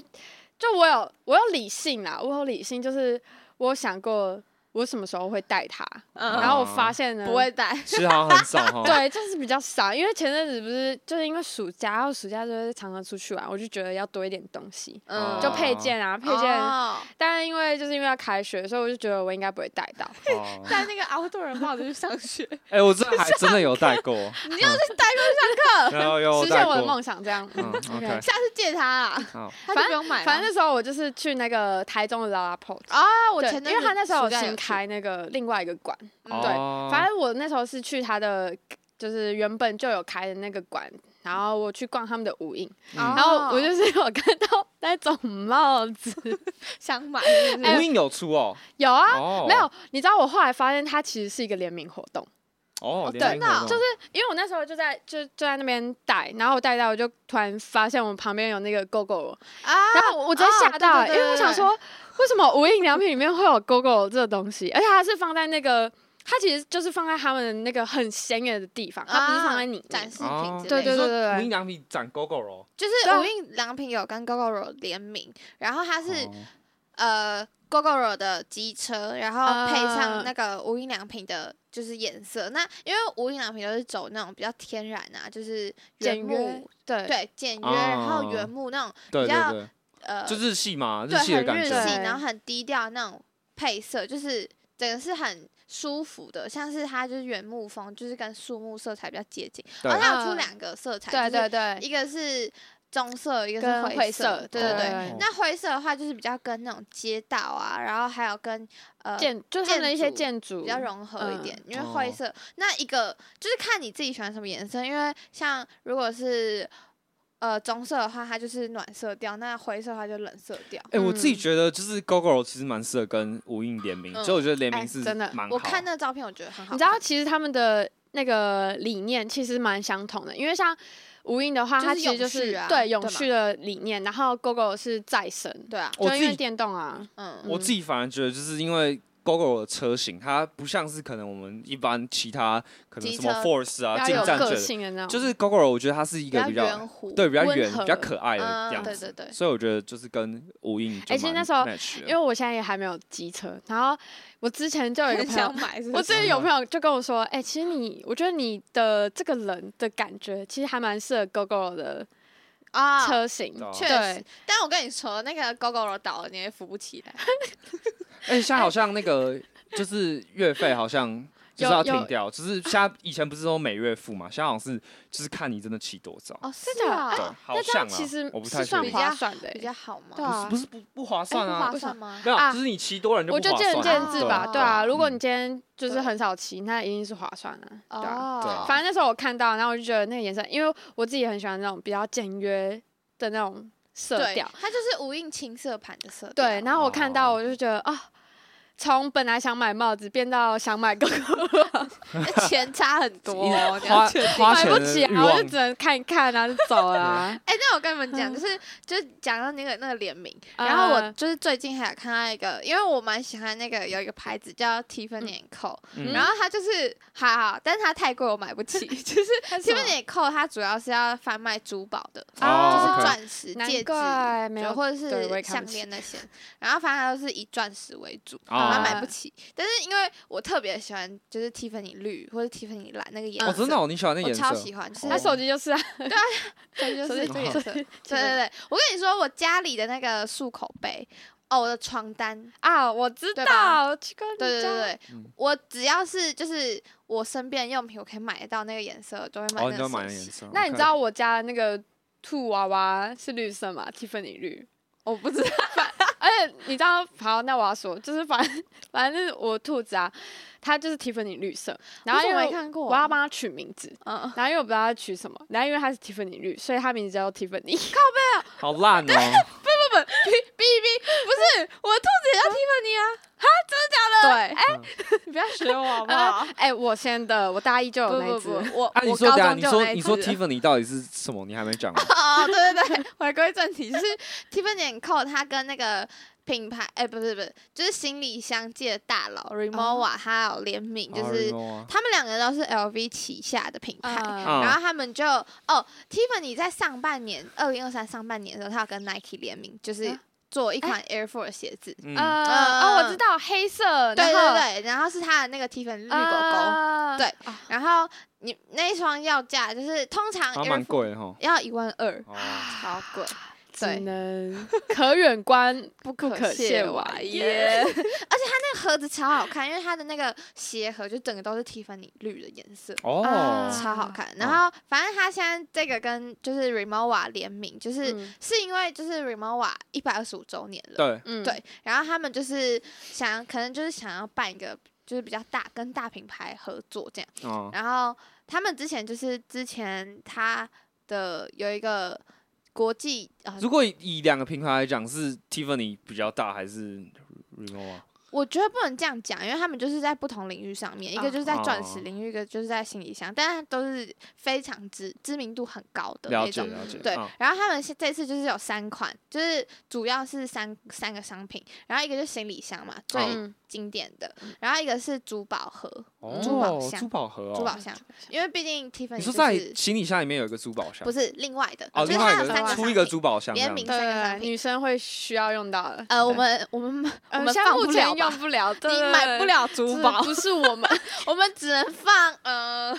Speaker 1: 就我有我有理性啦，我有理性，就是我有想过我什么时候会戴它，
Speaker 3: 哦
Speaker 2: 嗯，
Speaker 1: 然后我发现呢，
Speaker 2: 不会带。
Speaker 3: 其实好像很 少哈。
Speaker 1: 对，就是比较少，因为前阵子不是就是因为暑假，然后暑假就是常常出去玩，我就觉得要多一点东西，
Speaker 2: 嗯，哦
Speaker 1: 就
Speaker 3: 哦
Speaker 1: 配件啊，配件。但是因为就是因为要开学，所以我就觉得我应该不会带到。
Speaker 3: 哦。
Speaker 2: 戴那个 outdoor 人帽子去上学，
Speaker 3: 哎，我这还真的有带过。你又是带过上课？有有
Speaker 1: 实
Speaker 3: 带
Speaker 1: 现我的
Speaker 3: 过。
Speaker 1: 梦想，这样。
Speaker 3: 嗯
Speaker 1: OK
Speaker 3: ，OK，
Speaker 2: 下次借他啊，
Speaker 3: 好。
Speaker 2: 他就不用买 了。
Speaker 1: 反正那时候我就是去那个台中的 l a p o
Speaker 2: 啊，我
Speaker 1: 对，
Speaker 2: 前阵子
Speaker 1: 因为他那时候
Speaker 2: 暑
Speaker 1: 有
Speaker 2: 假有
Speaker 1: 新
Speaker 2: 去，
Speaker 1: 开那个另外一个馆，
Speaker 2: 嗯
Speaker 1: 对
Speaker 3: 哦
Speaker 1: 反正我那时候是去他的，就是原本就有开的那个馆，然后我去逛他们的舞影，
Speaker 3: 嗯
Speaker 2: 哦
Speaker 1: 然后我就是 有看到那种帽子，
Speaker 2: 想买
Speaker 1: 嗯
Speaker 2: 是不
Speaker 3: 无
Speaker 2: 是，
Speaker 3: 印有出哦。
Speaker 1: 有哎啊，
Speaker 3: 哦，
Speaker 1: 没有，你知道我后来发现它其实是一个联名活动，
Speaker 3: 哦，
Speaker 2: 对
Speaker 3: 联名活动
Speaker 1: 就是因为我那时候就在就就在那边戴，然后我戴戴，我就突然发现我旁边有那个 GoGo，
Speaker 2: 啊，
Speaker 1: 哎然后我我直接吓到、
Speaker 2: 哦
Speaker 1: 欸，
Speaker 2: 对对对
Speaker 1: 因为我想说为什么无印良品里面会有 GoGo 这个东西，而且它是放在那个它其实就是放在他们那个很显眼的地方，它不是放在你
Speaker 2: 啊展
Speaker 1: 面
Speaker 2: 示
Speaker 3: 哦
Speaker 2: 品之类的，
Speaker 1: 对对对对对
Speaker 3: 无印良品展 GoGo
Speaker 1: 啊
Speaker 3: 咯。
Speaker 2: 就是无印良品有跟 GoGoRo 联名，然后它是
Speaker 3: 哦
Speaker 2: 呃 GoGoRo 的机车，然后配上
Speaker 1: 啊
Speaker 2: 那个无印良品的，就是颜色。那因为无印良品都是走那种比较天然啊，就是原
Speaker 1: 简约
Speaker 2: 木，，
Speaker 1: 对
Speaker 2: 对简约，然后
Speaker 3: 哦
Speaker 2: 原木那种
Speaker 3: 对
Speaker 2: 比
Speaker 3: 对
Speaker 2: 较
Speaker 3: 对，
Speaker 2: 呃，
Speaker 3: 就日系嘛，
Speaker 2: 对
Speaker 3: 系的
Speaker 2: 很
Speaker 3: 感
Speaker 2: 日
Speaker 3: 觉。
Speaker 2: 系，
Speaker 1: 对
Speaker 2: 然后很低调那种配色，就是整个是很舒服的，像是它就是原木风，就是跟树木色彩比较接近。
Speaker 3: 对
Speaker 2: 哦，它有出
Speaker 1: 嗯
Speaker 2: 两个色彩，
Speaker 1: 对
Speaker 2: 就是
Speaker 1: 对对，
Speaker 2: 一个是棕色，一个
Speaker 1: 跟
Speaker 2: 是
Speaker 1: 灰
Speaker 2: 色
Speaker 1: 色，
Speaker 2: 对对对。
Speaker 3: 哦
Speaker 2: 那灰色的话，就是比较跟那种街道啊，然后还有跟呃
Speaker 1: 建就是他们的一些建筑嗯
Speaker 2: 比较融合一点，因为
Speaker 3: 哦
Speaker 2: 灰色、那一个就是看你自己喜欢什么颜色，因为像如果是呃棕色的话，它就是暖色调；那灰色的话就冷色调。
Speaker 3: 哎、我自己
Speaker 1: 嗯
Speaker 3: 觉得就是 GoGo 其实蛮适合跟无印联名，
Speaker 2: 嗯
Speaker 3: 所以我觉得联
Speaker 1: 哎
Speaker 3: 名是
Speaker 1: 真的
Speaker 3: 蛮好。
Speaker 2: 我看那个照片，我觉得很好看。
Speaker 1: 你知道，其实他们的那个理念其实蛮相同的，因为像无印的话，
Speaker 2: 就是
Speaker 1: 它其实就
Speaker 2: 永
Speaker 1: 是
Speaker 2: 续啊
Speaker 1: 对永
Speaker 2: 对嘛
Speaker 1: 续的理念，然后 GoGo 是再生，
Speaker 2: 对啊，
Speaker 3: 我
Speaker 1: 就
Speaker 3: 自
Speaker 1: 因为
Speaker 3: 己
Speaker 1: 电动啊，
Speaker 2: 嗯，
Speaker 3: 我自己反而觉得就是因为 GoGo 的车型，它不像是可能我们一般其他可能
Speaker 2: 机
Speaker 3: 什么
Speaker 2: 车
Speaker 3: Force 啊、
Speaker 1: 要
Speaker 3: 进
Speaker 1: 有
Speaker 3: 站
Speaker 1: 个
Speaker 3: 卷，
Speaker 1: 性的那种，
Speaker 3: 就是 GoGo 我觉得它是一个
Speaker 2: 比
Speaker 3: 比
Speaker 2: 较
Speaker 3: 较
Speaker 2: 圆弧，
Speaker 3: 对比较
Speaker 1: 温
Speaker 3: 圆、比较
Speaker 1: 和
Speaker 3: 可爱的样
Speaker 2: 嗯，对
Speaker 3: 子。
Speaker 2: 对对，
Speaker 3: 所以我觉得就是跟无印就
Speaker 1: 哎其实
Speaker 3: 蛮
Speaker 1: 那时候
Speaker 3: match 的
Speaker 1: 因为我现在也还没有机车，然后 我之前就有一个
Speaker 2: 很
Speaker 1: 朋友
Speaker 2: 想。买是不
Speaker 1: 我
Speaker 2: 是，
Speaker 1: 之前有朋友就跟我说，哎、其实你，我觉得你的这个人的感觉，其实还蛮适合 GoGo 的
Speaker 2: 啊。
Speaker 1: 车型，
Speaker 3: 对啊
Speaker 2: 确
Speaker 1: 对
Speaker 2: 实，但我跟你说，那个 GoGo 倒了，你也扶不起来。
Speaker 3: 哎、现在好像那个就是月费 好像就
Speaker 1: 有
Speaker 3: 是要
Speaker 1: 有
Speaker 3: 停掉，就是现在以前不是说每月付嘛，现在好像是就是看你真的骑多少。
Speaker 2: 哦，是
Speaker 1: 真的
Speaker 3: 对，好
Speaker 1: 那这样
Speaker 3: 像啊，
Speaker 1: 其实
Speaker 3: 我不太
Speaker 1: 是
Speaker 3: 确
Speaker 1: 算
Speaker 3: 定
Speaker 2: 比较
Speaker 1: 划算的、
Speaker 2: 比
Speaker 1: 欸，
Speaker 2: 较好吗？
Speaker 1: 对
Speaker 2: 哎
Speaker 1: 啊，
Speaker 3: 不是不不划算
Speaker 2: 不
Speaker 3: 啊
Speaker 2: 划，算吗？
Speaker 3: 没有，
Speaker 1: 啊
Speaker 3: 就是你骑多人就
Speaker 1: 我
Speaker 3: 不
Speaker 1: 就
Speaker 3: 划
Speaker 1: 见仁
Speaker 3: 算
Speaker 1: 见
Speaker 3: 啊
Speaker 1: 智
Speaker 2: 对
Speaker 1: 吧，
Speaker 2: 啊
Speaker 1: 对啊。
Speaker 3: 对
Speaker 1: 如果
Speaker 3: 嗯
Speaker 1: 你今天就是
Speaker 2: 对
Speaker 1: 很少骑，那一定是划算的、啊，对啊。
Speaker 3: 对
Speaker 2: 哦
Speaker 3: 啊，
Speaker 1: 反正那时候我看到，然后我就觉得那个颜色，因为我自己也很喜欢那种比较简约的那种色调。
Speaker 2: 它就是无印青色盘的色调。
Speaker 1: 对，然后我看到
Speaker 3: 哦
Speaker 1: 我就觉得啊、从本来想买帽子变到想买狗狗，
Speaker 2: 那 钱差很多哦，你
Speaker 3: 花
Speaker 2: 要确定。
Speaker 3: 花
Speaker 1: 买
Speaker 3: 钱
Speaker 1: 不
Speaker 3: 的
Speaker 1: 起
Speaker 3: 欲
Speaker 1: 啊，我
Speaker 3: 望
Speaker 1: 就只能看一看啊，就走了、啊。
Speaker 2: 哎、那我跟你们讲，
Speaker 1: 嗯
Speaker 2: 就是就是讲到那个那个联名， 然后我
Speaker 1: 啊
Speaker 2: 就是最近还有看到一个，因为我蛮喜欢那个有一个牌子叫 Tiffany Co，、
Speaker 3: 嗯
Speaker 2: 然后它就是还好，但是它太贵我买 不起。就是
Speaker 1: 它是什么
Speaker 2: Tiffany Co 它主要是要贩卖珠宝的，
Speaker 1: 啊
Speaker 2: 就是
Speaker 3: 哦 OK
Speaker 2: 钻石、
Speaker 1: 难
Speaker 2: 戒指，
Speaker 1: 怪没
Speaker 2: 就
Speaker 1: 有
Speaker 2: 或者
Speaker 1: 对我也
Speaker 2: 是
Speaker 1: 看
Speaker 2: 项
Speaker 1: 不起
Speaker 2: 链那些。然后反正它都是以钻石为主，
Speaker 3: 哦
Speaker 2: 然后买不起。但是因为我特别喜欢就是 Tiffany 绿或者 Tiffany 蓝那个颜色，
Speaker 3: 哦，真的、哦，你喜欢那
Speaker 2: 我
Speaker 3: 颜色？
Speaker 2: 超喜欢，就 是
Speaker 1: 他手机就是啊，
Speaker 2: 它就
Speaker 1: 手机
Speaker 2: 是这个
Speaker 3: 就
Speaker 2: 颜
Speaker 3: 是
Speaker 2: 色。对对对，我跟你说，我家里的那个漱口杯，哦，我的床单，
Speaker 1: 啊，我知
Speaker 2: 对吧
Speaker 1: 道，去跟你
Speaker 2: 对对对
Speaker 1: 家
Speaker 2: 对，
Speaker 3: 嗯
Speaker 2: 我只要是就是我身边的用品，我可以买得到那个颜色，我都会
Speaker 3: 哦，
Speaker 2: 买那
Speaker 3: 你都
Speaker 2: 个
Speaker 3: 买那
Speaker 2: 色
Speaker 3: 颜
Speaker 2: 系。
Speaker 3: 色？
Speaker 1: 那你
Speaker 3: OK
Speaker 1: 知？道我家那个兔娃娃是绿色吗？蒂芬尼绿。
Speaker 2: 我不知道，
Speaker 1: 而且你知道，好，那我要说，就是反正反正就是我兔子啊，它就是蒂芬尼绿色， 然后
Speaker 2: 我
Speaker 1: 因
Speaker 2: 没
Speaker 1: 为
Speaker 2: 看过。啊
Speaker 1: 我要帮它取名字，
Speaker 2: 嗯，
Speaker 1: 然后因为我不知道它取什么，然后因为它是蒂芬尼绿，所以它名字叫蒂芬 尼。
Speaker 3: 好烂 哦！
Speaker 2: 我的兔子也叫 Tiffany 啊，哈，真的假的？对，嗯
Speaker 1: 你不要学 我好
Speaker 2: 不好？
Speaker 1: 哎，我先的，我大一就有那一
Speaker 2: 不不
Speaker 1: 只。
Speaker 2: 不，我
Speaker 3: 啊，你
Speaker 2: 我
Speaker 3: 说
Speaker 2: 高
Speaker 3: 等下，
Speaker 2: 中
Speaker 3: 你说
Speaker 2: 就有那一
Speaker 3: 你说
Speaker 2: 只
Speaker 3: Tiffany 到底是什么？你还没讲完。
Speaker 2: 哦，对对 对，回归正题，就是 Tiffany Co 它跟那个品牌，哎、不是不是，就是行李箱界的大佬 Remova，它有联名， 就
Speaker 3: 哦
Speaker 2: 是
Speaker 3: Remo 啊
Speaker 2: 他们两个都是 LV 旗下的品牌。
Speaker 1: 啊
Speaker 2: 然后他们就哦，Tiffany 在上半年，二零二三上半年的时候，它有跟 Nike 联名，就是
Speaker 1: 啊
Speaker 2: 做一款 Air Force 鞋子。
Speaker 3: 嗯
Speaker 1: 呃，哦，我知道黑色，
Speaker 2: 对
Speaker 1: 然后
Speaker 2: 对对，然后是它的那个 Tiffany 绿狗狗，
Speaker 1: 啊
Speaker 2: 对然后你那一双要价就是通常
Speaker 3: 还
Speaker 2: Air
Speaker 3: 蛮
Speaker 2: Force
Speaker 3: 贵的 哈。
Speaker 2: 要一万二，
Speaker 3: 哦，
Speaker 2: 超贵。
Speaker 1: 只能可远 观
Speaker 2: 不
Speaker 1: 不可
Speaker 2: 亵
Speaker 1: 亵
Speaker 2: 玩
Speaker 1: 玩
Speaker 2: 焉。
Speaker 1: 焉
Speaker 2: 而且它那个盒子超好看，因为它的那个鞋盒就整个都是蒂凡尼绿的颜色。
Speaker 3: 哦
Speaker 1: 啊，
Speaker 2: 超好看，然后反正它现在这个跟就是 Remova 联名，就是、
Speaker 1: 嗯
Speaker 2: 是因为就是 Remova 一百二十五周年了，
Speaker 3: 对，
Speaker 1: 嗯
Speaker 2: 对，然后他们就是想可能就是想要办一个就是比较大跟大品牌合作这样，
Speaker 1: 哦
Speaker 3: 嗯，
Speaker 2: 然后他们之前就是之前他的有一个国际啊，
Speaker 3: 如果以以两个品牌来讲，是 Tiffany 比较大还是 Remo 啊？
Speaker 2: 我觉得不能这样讲，因为他们就是在不同领域上面，一个
Speaker 1: 啊
Speaker 2: 就是在钻
Speaker 3: 哦
Speaker 2: 石领域，一个就是在行李箱，但是都是非常知知名度很高的
Speaker 3: 了
Speaker 2: 那
Speaker 3: 解
Speaker 2: 种。
Speaker 3: 了解。
Speaker 2: 对
Speaker 3: 嗯，
Speaker 2: 然后他们现这次就是有三款，就是主要是三三个商品，然后一个就是行李箱嘛，最
Speaker 1: 嗯
Speaker 2: 经典的，然后一个是珠宝盒，
Speaker 3: 哦，
Speaker 2: 珠宝箱
Speaker 3: 珠宝盒
Speaker 2: 珠宝
Speaker 3: 哦。
Speaker 2: 箱，因为毕竟 Tiffany
Speaker 3: 你
Speaker 2: 就
Speaker 3: 说在
Speaker 2: 是
Speaker 3: 行李箱里面有一个珠宝箱
Speaker 2: 不，是另外的，
Speaker 3: 哦，
Speaker 2: 就
Speaker 3: 另
Speaker 2: 是
Speaker 3: 外
Speaker 2: 它有
Speaker 3: 一
Speaker 2: 三个
Speaker 3: 个
Speaker 2: 商
Speaker 3: 出一
Speaker 2: 品
Speaker 3: 个珠宝箱这
Speaker 2: 联
Speaker 3: 样
Speaker 2: 名
Speaker 1: 对
Speaker 2: 三个
Speaker 1: 对
Speaker 2: 商
Speaker 1: 对，
Speaker 2: 品
Speaker 1: 女生会需要用到的。
Speaker 2: 呃，我
Speaker 1: 对
Speaker 2: 们我们我
Speaker 1: 呃
Speaker 2: 们
Speaker 1: 现在
Speaker 2: 放
Speaker 1: 目
Speaker 2: 不了
Speaker 1: 前
Speaker 2: 吧
Speaker 1: 用不了，
Speaker 2: 你买不
Speaker 1: 了
Speaker 2: 了珠宝，
Speaker 1: 不是我们。
Speaker 2: 我们只能放 呃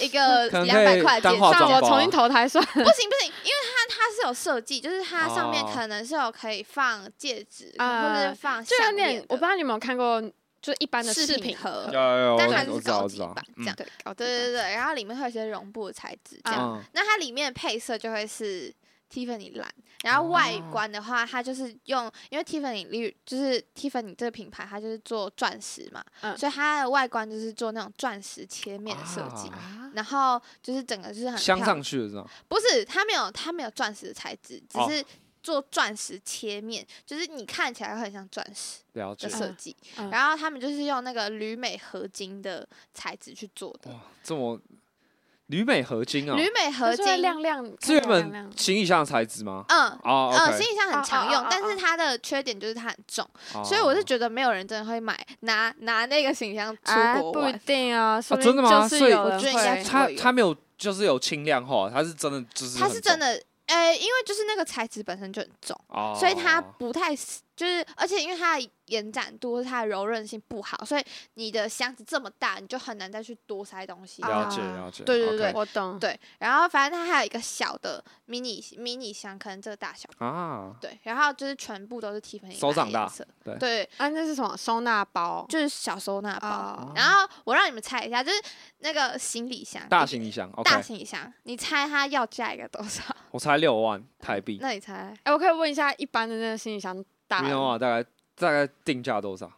Speaker 2: 一个
Speaker 3: 可能
Speaker 2: 两百
Speaker 3: 可以
Speaker 2: 块的
Speaker 3: 当
Speaker 2: 戒
Speaker 3: 化
Speaker 2: 指
Speaker 1: 那
Speaker 3: 妆
Speaker 1: 我
Speaker 3: 包
Speaker 1: 重新投胎 算
Speaker 2: 不行不行，因为它它是有设计，就是它上面
Speaker 3: 哦
Speaker 2: 可能是有可以放戒指，
Speaker 1: 啊
Speaker 2: 或者是放
Speaker 1: 就有
Speaker 2: 项链
Speaker 1: 点
Speaker 2: 的，
Speaker 1: 我不知道你有没有看过，就是一般的
Speaker 2: 饰
Speaker 1: 饰
Speaker 2: 品盒
Speaker 1: 盒
Speaker 3: 有，有有，
Speaker 2: 但还
Speaker 3: 我
Speaker 2: 是
Speaker 3: 我知道
Speaker 2: 高
Speaker 3: 我知
Speaker 2: 级
Speaker 3: 道
Speaker 2: 版，这样。
Speaker 1: 对，搞
Speaker 2: 对
Speaker 1: 定
Speaker 2: 对对，然后里面会有一些绒布的材质这样。
Speaker 3: 嗯，
Speaker 2: 那它里面的配色就会是 Tiffany 蓝，然
Speaker 3: 哦
Speaker 2: 后外观的话，它就是用因为 Tiffany 绿就是 Tiffany 这个品牌，它就是做钻石嘛，
Speaker 1: 嗯
Speaker 2: 所以它的外观就是做那种钻石切面的设计。
Speaker 3: 啊
Speaker 2: 然后就是整个就是很漂
Speaker 3: 镶
Speaker 2: 亮。
Speaker 3: 上去的这样。
Speaker 2: 不是，它没有，它没有钻石的材质，只
Speaker 3: 哦
Speaker 2: 是做钻石切面，就是你看起来会很像钻石
Speaker 3: 了解
Speaker 2: 的。设计。
Speaker 1: 嗯
Speaker 2: 然后他们就是用那个铝镁合金的材质去做的，
Speaker 3: 哇，这么铝镁合金啊，
Speaker 2: 铝镁合
Speaker 1: 合
Speaker 2: 金
Speaker 1: 金亮亮，看
Speaker 3: 是
Speaker 1: 起来
Speaker 3: 原
Speaker 1: 亮
Speaker 3: 本
Speaker 1: 亮
Speaker 3: 行李箱的材质吗？
Speaker 2: 嗯。
Speaker 3: 哦
Speaker 2: 呃，
Speaker 3: ，OK，
Speaker 2: 行李箱很常用
Speaker 1: 哦哦哦哦，
Speaker 2: 但是它的缺点就是它很重，
Speaker 3: 哦
Speaker 2: 所以我是觉得没有人真的会买拿拿那个行李箱出
Speaker 1: 哎
Speaker 2: 国
Speaker 1: 不一
Speaker 2: 玩。
Speaker 1: 定啊，说不定
Speaker 3: 真的
Speaker 1: 就
Speaker 3: 吗
Speaker 1: 是
Speaker 3: 所以
Speaker 1: 有
Speaker 2: 我
Speaker 1: 人
Speaker 2: 觉得应该
Speaker 1: 会
Speaker 2: 是
Speaker 3: 它
Speaker 2: 会有
Speaker 3: 它没有，就是有轻量化，它是真的就是
Speaker 2: 它
Speaker 3: 很
Speaker 2: 是真
Speaker 3: 重
Speaker 2: 的，呃，因为就是那个材质本身就很重，
Speaker 3: 哦，
Speaker 2: 所以它不太是就是，而且因为它的延展度或是它的柔韧性不好，所以你的箱子这么大，你就很难再去多塞东西。
Speaker 3: 了解
Speaker 1: 啊
Speaker 3: 了解，
Speaker 2: 对对对
Speaker 3: OK
Speaker 1: 我懂。
Speaker 2: 对，然后反正它还有一个小的迷你迷你箱，可能这个大小。
Speaker 3: 啊，
Speaker 2: 对，然后就是全部都是提粉
Speaker 3: 手掌大对
Speaker 2: 对对，
Speaker 1: 啊，那是什么收纳包？
Speaker 2: 就是小收纳包。
Speaker 1: 啊
Speaker 2: 然后我让你们猜一下，就是那个行李箱，
Speaker 3: 大行李箱，OK，
Speaker 2: 大行李箱，你猜它要价一个多少？
Speaker 3: 我才六万台币，
Speaker 2: 那你猜
Speaker 1: 哎，我可以问一下，一般的那个行李箱大
Speaker 3: 你懂啊？大概大概定价多少？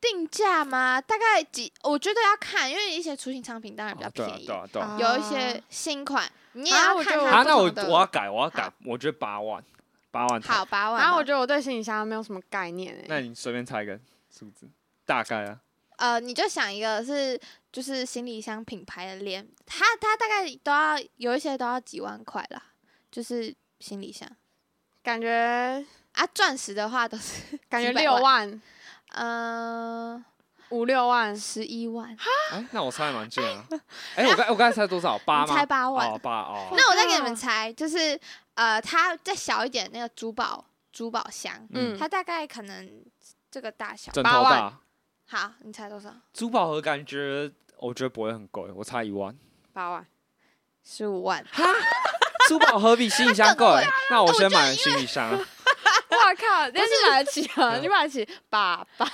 Speaker 2: 定价吗？大概几？我觉得要看，因为一些出行商品当然比较
Speaker 3: 哦对
Speaker 2: 便
Speaker 3: 啊
Speaker 2: 宜，
Speaker 3: 对啊对啊。
Speaker 1: 啊
Speaker 2: 有一些新款，你也
Speaker 1: 啊
Speaker 2: 要
Speaker 1: 我
Speaker 2: 看
Speaker 1: 就
Speaker 2: 它
Speaker 3: 啊，
Speaker 2: 不
Speaker 3: 那我
Speaker 2: 同的
Speaker 3: 我要改，我要改
Speaker 2: 好，
Speaker 3: 我觉得八万八万台。
Speaker 2: 好，八万吧。
Speaker 1: 然后啊我觉得我对行李箱没有什么概念哎、
Speaker 3: 那你随便猜一个数字，大概啊，
Speaker 2: 呃，你就想一个是就是行李箱品牌的链，它它大概都要有一些都要几万块啦，就是行李箱
Speaker 1: 感觉
Speaker 2: 啊。钻石的话都是
Speaker 1: 感觉
Speaker 2: 几百
Speaker 1: 六万
Speaker 2: 嗯
Speaker 1: 五六万，
Speaker 2: 十一万。
Speaker 3: 哎、那我猜得蛮近 啊。哎、我刚我刚才猜多少？八
Speaker 2: 你
Speaker 3: 吗？
Speaker 2: 猜八万
Speaker 3: 哦，八哦。
Speaker 2: 那我再给你
Speaker 1: 啊
Speaker 2: 们猜，就是呃，它再小一点那个珠宝珠宝箱，
Speaker 3: 嗯
Speaker 1: 嗯，
Speaker 2: 它大概可能这个大小。
Speaker 3: 枕
Speaker 1: 八
Speaker 3: 头
Speaker 1: 万
Speaker 3: 大，
Speaker 2: 好，你猜多少？
Speaker 3: 珠宝盒感觉我觉得不会很贵，我猜一万。
Speaker 1: 八万。
Speaker 2: 十五万。
Speaker 3: 珠宝盒比行李箱贵，
Speaker 1: 啊
Speaker 3: 那我先买行李箱。
Speaker 1: 哇 靠！但是买得起 啊，你买得起吧？吧，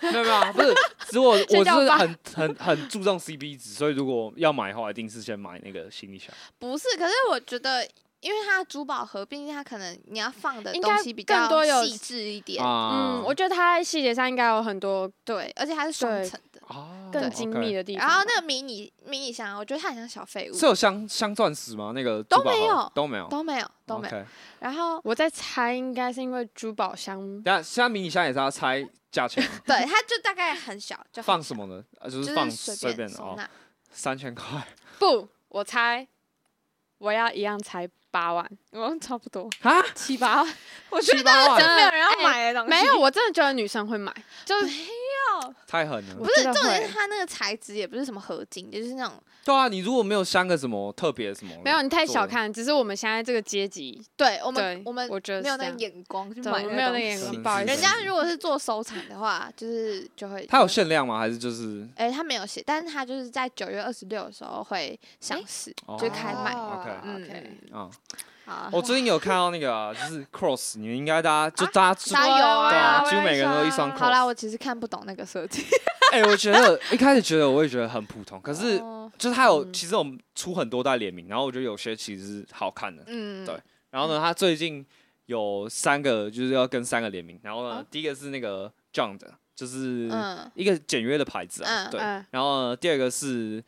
Speaker 3: 没有没有啊，不是，只是我
Speaker 1: 这
Speaker 3: 我
Speaker 1: 叫
Speaker 3: 是
Speaker 1: 吧
Speaker 3: 很很很注重 CP 值，所以如果要买的话，一定是先买那个行李箱。
Speaker 2: 不是，可是我觉得，因为它的珠宝盒，毕竟它可能你要放的
Speaker 1: 应
Speaker 2: 东
Speaker 1: 该
Speaker 2: 西比
Speaker 1: 更
Speaker 2: 较
Speaker 1: 多有
Speaker 2: 细致一点，
Speaker 3: 啊
Speaker 1: 嗯，我觉得它在细节上应该有很多
Speaker 3: 哦
Speaker 2: 对，而且它是双
Speaker 1: 对
Speaker 2: 层的。
Speaker 3: 啊
Speaker 1: 更精密。的地方
Speaker 2: 然
Speaker 1: 吧。
Speaker 2: 后那个迷你迷你箱，我觉得它很像小废
Speaker 3: OK
Speaker 2: 物，
Speaker 3: 是有哦镶镶钻石吗？那个
Speaker 2: 都
Speaker 3: 珠宝
Speaker 2: 没
Speaker 3: 盒
Speaker 2: 有
Speaker 3: 都没有，
Speaker 2: 都没有都没有。
Speaker 3: OK。
Speaker 2: 然后
Speaker 1: 我在猜，应该是因为珠宝箱
Speaker 3: 等下，现在迷你箱也是要猜价钱吗，
Speaker 2: 对，它就大概很小，就很
Speaker 3: 放
Speaker 2: 小
Speaker 3: 什么 呢？啊，就
Speaker 2: 就是
Speaker 3: 放
Speaker 2: 是
Speaker 3: 随便
Speaker 2: 便
Speaker 3: 的
Speaker 2: 收
Speaker 3: 哦，
Speaker 2: 纳。
Speaker 3: 三千块。
Speaker 1: 不，我猜我要一样猜八万，我差不多
Speaker 3: 啊
Speaker 1: 七八万。
Speaker 2: 我觉
Speaker 3: 七
Speaker 2: 得
Speaker 3: 八万
Speaker 2: 真的没有人要
Speaker 1: 哎
Speaker 2: 买的东西，
Speaker 1: 没有，我真的觉得女生会买，
Speaker 3: 嗯
Speaker 1: 就是
Speaker 3: 太狠了
Speaker 1: 我。
Speaker 2: 不是
Speaker 1: 真的
Speaker 2: 重点
Speaker 1: 会
Speaker 2: 是它那个材质也不是什么合金，就是那种
Speaker 3: 对啊，你如果没有镶个什么特别什么，
Speaker 1: 没有你太
Speaker 3: 做
Speaker 1: 小
Speaker 3: 的。
Speaker 1: 看，只是我们现在这个阶级，
Speaker 2: 对我
Speaker 1: 对
Speaker 2: 们，我们
Speaker 1: 我觉得
Speaker 2: 没有
Speaker 1: 是这
Speaker 2: 那
Speaker 1: 样
Speaker 2: 个眼光去
Speaker 1: 对，
Speaker 2: 买
Speaker 1: 我
Speaker 2: 个
Speaker 1: 们没有那个
Speaker 2: 东
Speaker 1: 眼
Speaker 2: 西
Speaker 3: 可
Speaker 1: 光，
Speaker 3: 能
Speaker 1: 不好意
Speaker 3: 是
Speaker 1: 思。
Speaker 2: 人家如果是做收藏的话，就是就会
Speaker 3: 它有限量吗？还是就是
Speaker 2: 哎、他没有写，但是他就是在九月二十六的时候会上市，就开卖。
Speaker 1: 哦
Speaker 3: OK
Speaker 2: 嗯
Speaker 1: OK
Speaker 3: 啊？
Speaker 2: 好，
Speaker 3: 我最近有看到那个啊，就是 Cross，你们应该大家就大家
Speaker 2: 大家有啊
Speaker 3: 对啊
Speaker 1: 我
Speaker 3: 几乎
Speaker 1: 也
Speaker 3: 每个人都一
Speaker 1: 想
Speaker 3: 双
Speaker 2: 好啦，我其实看不懂那个设计。
Speaker 3: 哎、我觉得一开始觉得我也觉得很普通，可是
Speaker 2: 哦
Speaker 3: 就是它有，
Speaker 1: 嗯
Speaker 3: 其实我们出很多代联名，然后我觉得有些其实是好看的。
Speaker 2: 嗯，
Speaker 3: 对然后呢，它最近有三个就是要跟三个联名，然后呢
Speaker 2: 哦，
Speaker 3: 第一个是那个 John 的，就是
Speaker 2: 嗯
Speaker 3: 一个简约的牌子啊，
Speaker 2: 嗯
Speaker 3: 对。
Speaker 1: 嗯
Speaker 3: 然后呢，第二个是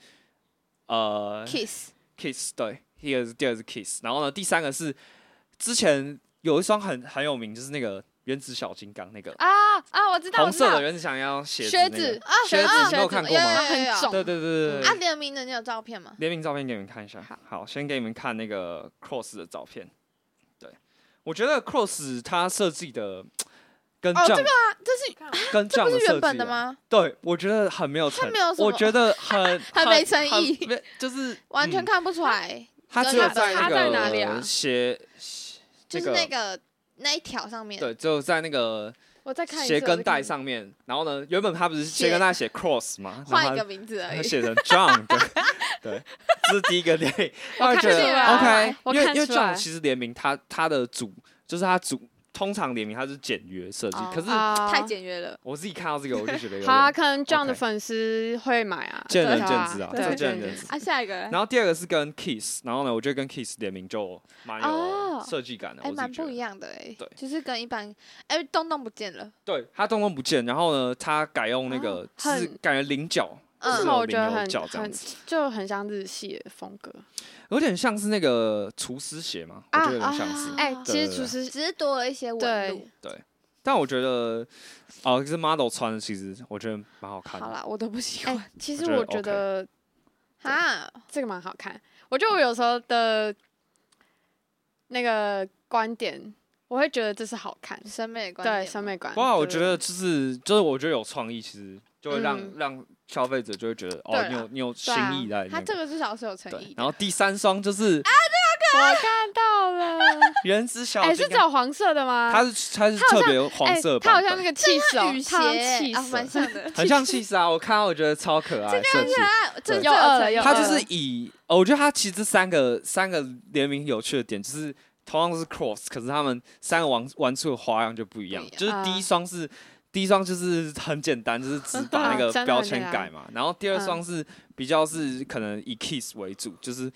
Speaker 3: 呃
Speaker 2: ，Kiss，
Speaker 3: Kiss，对，第二个是第二个是 Kiss，然后呢，第三个是之前有一双很很有名，就是那个原子小金刚那个
Speaker 1: 啊啊，我知道，我
Speaker 3: 红
Speaker 1: 知
Speaker 3: 色的
Speaker 1: 道，
Speaker 3: 原子想要鞋子、那
Speaker 1: 靴
Speaker 3: 个，
Speaker 1: 子
Speaker 2: 啊
Speaker 3: 呃靴子
Speaker 2: 啊
Speaker 3: 你没有看过
Speaker 2: 有
Speaker 3: 吗
Speaker 2: 有有有有
Speaker 1: 它很重
Speaker 3: 对对对对对
Speaker 2: 啊，联名的你有照片吗？
Speaker 3: 联名照片给你们看一下
Speaker 2: 好。
Speaker 3: 好，先给你们看那个 Cross 的照片。对，我觉得 Cross 它设计的跟
Speaker 2: 哦
Speaker 3: 这样、
Speaker 2: 啊，这是
Speaker 3: 跟这
Speaker 2: 这
Speaker 3: 样
Speaker 2: 不
Speaker 3: 的
Speaker 2: 是
Speaker 3: 设
Speaker 2: 原
Speaker 3: 计、啊
Speaker 2: 本的？吗？
Speaker 3: 对，我觉得很没有
Speaker 2: 它
Speaker 3: 诚
Speaker 2: 没有，什么
Speaker 3: 我觉 得很
Speaker 2: 很没诚意
Speaker 3: 很没就是
Speaker 2: 完全
Speaker 3: 嗯
Speaker 2: 看不出来，
Speaker 3: 它只
Speaker 2: 有
Speaker 3: 有
Speaker 2: 它
Speaker 3: 在那
Speaker 1: 它
Speaker 3: 个
Speaker 1: 在哪里啊
Speaker 3: 鞋，
Speaker 2: 就是那个那一条上面。
Speaker 3: 对，只有在那个
Speaker 1: 我再看一次
Speaker 3: 鞋跟带，
Speaker 1: 我再看一次
Speaker 3: 上面。然后呢，原本它不是
Speaker 2: 鞋
Speaker 3: 鞋跟带写 Cross 嘛，然后
Speaker 2: 换
Speaker 3: 它
Speaker 2: 一个名字而
Speaker 3: 他
Speaker 2: 已，
Speaker 3: 写成 John 对对，这是第一个联名，
Speaker 1: 我
Speaker 3: 他
Speaker 1: 看
Speaker 3: 觉
Speaker 1: 出
Speaker 3: 得
Speaker 1: 来
Speaker 3: OK，
Speaker 1: 我
Speaker 3: 因为
Speaker 1: 看
Speaker 3: 因为
Speaker 1: 出来
Speaker 3: John 其实联名他他的主就是他主通常联名他是简约设计
Speaker 2: 哦，
Speaker 3: 可是
Speaker 1: 啊
Speaker 2: 太简约了。
Speaker 3: 我自己看到这个我就觉得 有
Speaker 1: 好啊，
Speaker 3: 点
Speaker 1: 可能 John 的
Speaker 3: OK
Speaker 1: 粉丝会买啊，
Speaker 3: 见
Speaker 1: 对
Speaker 3: 仁见智啊，
Speaker 1: 对
Speaker 3: 这
Speaker 1: 对
Speaker 3: 见仁
Speaker 1: 对
Speaker 3: 见智。
Speaker 2: 啊，下一个人，
Speaker 3: 然后第二个是跟 Kiss，然后呢，我觉得跟 Kiss 联名就蛮有
Speaker 2: 哦
Speaker 3: 设计感的，
Speaker 2: 哎，
Speaker 3: 我自
Speaker 2: 蛮
Speaker 3: 己觉
Speaker 2: 不一
Speaker 3: 得。
Speaker 2: 样的哎
Speaker 3: 对，
Speaker 2: 就是跟一般，哎，东东不见了，
Speaker 3: 对，它东东不见，然后呢，它改用那个
Speaker 1: 哦
Speaker 3: 就是
Speaker 1: 很
Speaker 3: 感觉菱角，
Speaker 2: 嗯
Speaker 1: 为
Speaker 3: 就是
Speaker 1: 什
Speaker 3: 有
Speaker 1: 么我
Speaker 3: 菱
Speaker 1: 觉得
Speaker 3: 有
Speaker 1: 很
Speaker 3: 角这样
Speaker 1: 很
Speaker 3: 子，
Speaker 1: 就很像日系的风格？哦
Speaker 3: 有点像是那个厨师鞋嘛，我
Speaker 1: 啊
Speaker 3: 觉得有点像是
Speaker 2: 啊。
Speaker 1: 哎，
Speaker 2: 对
Speaker 1: 其
Speaker 3: 对
Speaker 1: 实
Speaker 3: 对
Speaker 1: 厨师
Speaker 2: 只是多了一些纹
Speaker 1: 对
Speaker 2: 路。
Speaker 3: 但我觉得，哦、可是 model 穿的其实我觉得蛮好看
Speaker 2: 好
Speaker 3: 的。
Speaker 2: 啦，我都不喜欢
Speaker 1: 哎，其
Speaker 3: 我
Speaker 1: 实
Speaker 3: 觉得
Speaker 1: 我觉
Speaker 3: OK
Speaker 1: 得对
Speaker 2: 啊。
Speaker 1: 这个蛮好看。我觉得我有时候的那个观点，我会觉得这是好看，
Speaker 2: 审美观
Speaker 1: 对
Speaker 2: 点
Speaker 1: 审
Speaker 2: 吗
Speaker 1: 美观
Speaker 3: 不。过我
Speaker 2: 对
Speaker 3: 觉得就是就是我觉得有创意，其实就会让、
Speaker 1: 嗯
Speaker 3: 让消费者就会觉得
Speaker 2: 对
Speaker 3: 哦，
Speaker 2: 啦
Speaker 3: 你有你有新
Speaker 1: 对啊
Speaker 3: 意在里
Speaker 2: 他
Speaker 3: 面。
Speaker 2: 这个至少是有诚
Speaker 3: 对
Speaker 2: 意，的。
Speaker 3: 然后第三双就是
Speaker 1: 我看到了，
Speaker 3: 原子小
Speaker 1: 哎，
Speaker 3: 金
Speaker 1: 是
Speaker 3: 刚，
Speaker 1: 找黄色的吗？
Speaker 3: 它是它是
Speaker 1: 它好
Speaker 3: 特
Speaker 1: 像
Speaker 3: 别黄
Speaker 1: 哎
Speaker 3: 色版本，
Speaker 1: 它好像那个气势哦
Speaker 2: 雨，鞋
Speaker 1: 它好像气
Speaker 2: 啊，蛮
Speaker 1: 势，
Speaker 2: 像 的。
Speaker 3: 很像气势啊！我看到我觉得超可爱，设计。
Speaker 2: 啊，这
Speaker 3: 对
Speaker 2: 这有诚意
Speaker 1: 有
Speaker 3: 它就
Speaker 1: 二
Speaker 3: 是以，呃我觉得它其实这三个三个联名有趣的点就是。同样都是 cross，可是他们三个玩玩出的花样就不一样。
Speaker 2: 不一样
Speaker 3: 就是
Speaker 1: 嗯
Speaker 3: 第一双是、第一双就是很简单，就是 只把那个
Speaker 1: 真的
Speaker 3: 标
Speaker 1: 很
Speaker 3: 签
Speaker 1: 简单
Speaker 3: 改嘛。然后第二
Speaker 1: 嗯
Speaker 3: 双是比较是可能以 kiss 为主，就是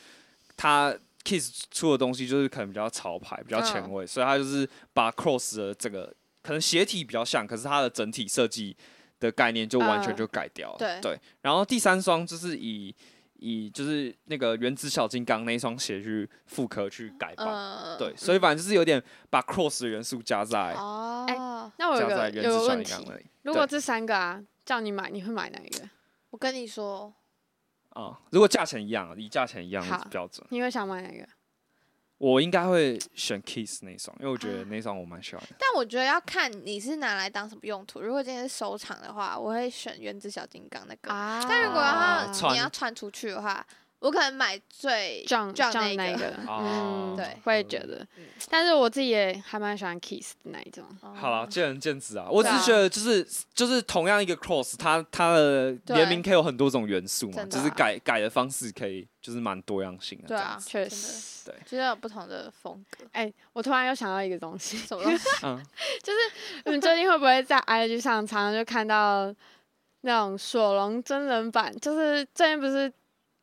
Speaker 3: 它 kiss 出的东西就是可能比较潮牌、比较前
Speaker 2: 嗯
Speaker 3: 卫，所以它就是把 cross 的这个可能鞋体比较像，可是它的整体设计的概念就完全
Speaker 1: 嗯
Speaker 3: 就改掉了。
Speaker 2: 对
Speaker 3: 对，然后第三双就是以以就是那个原子小金刚那一双鞋去复刻去改版。
Speaker 1: 呃
Speaker 2: 嗯，
Speaker 3: 对，哎所以反正就是有点把 cross 的元素加在
Speaker 2: 哦，
Speaker 1: 那我有
Speaker 3: 加在
Speaker 1: 个
Speaker 3: 原
Speaker 1: 有个
Speaker 3: 子小
Speaker 1: 问
Speaker 3: 金
Speaker 1: 题
Speaker 3: 刚，那里
Speaker 1: 如果这三个啊，叫你买，你会买哪一个？
Speaker 2: 我跟你说，
Speaker 3: 啊。如果价钱一样，以价钱一样
Speaker 1: 好
Speaker 3: 的标准，
Speaker 1: 你会想买哪一个？
Speaker 3: 我应该会选 Kiss 那一双，因为我觉
Speaker 1: 啊
Speaker 3: 得那双我蛮喜欢的。
Speaker 2: 但我觉得要看你是拿来当什么用途。如果今天是收藏的话，我会选原子小金刚那个。
Speaker 1: 啊
Speaker 2: 但如果
Speaker 3: 啊
Speaker 2: 要
Speaker 3: 穿
Speaker 2: 你要穿出去的话，我可能买最
Speaker 1: 撞
Speaker 2: 撞
Speaker 1: 撞
Speaker 2: 那
Speaker 1: 那
Speaker 2: 一个
Speaker 1: 个，
Speaker 3: 哦
Speaker 1: 嗯，
Speaker 2: 对
Speaker 1: 我也觉得
Speaker 2: 嗯，
Speaker 1: 但是我自己也还蛮喜欢 Kiss 的那一种，
Speaker 3: 好了，见仁见智啊。我只
Speaker 2: 对
Speaker 3: 是
Speaker 2: 啊
Speaker 3: 觉得，就是就是同样一个 cross，它它的联名
Speaker 2: 对
Speaker 3: 可以有很多种元素嘛，
Speaker 2: 真的
Speaker 3: 只
Speaker 2: 啊
Speaker 3: 是改改的方式可以就是蛮多样性的。
Speaker 2: 对啊，
Speaker 1: 确
Speaker 2: 真的
Speaker 1: 实。
Speaker 2: 就是有不同的风格。
Speaker 1: 哎、我突然又想到一个东西，
Speaker 2: 什么东西？
Speaker 3: 这样，嗯，
Speaker 1: 你们最近会不会在 IG 上常常就看到那种索隆真人版？就是最近不是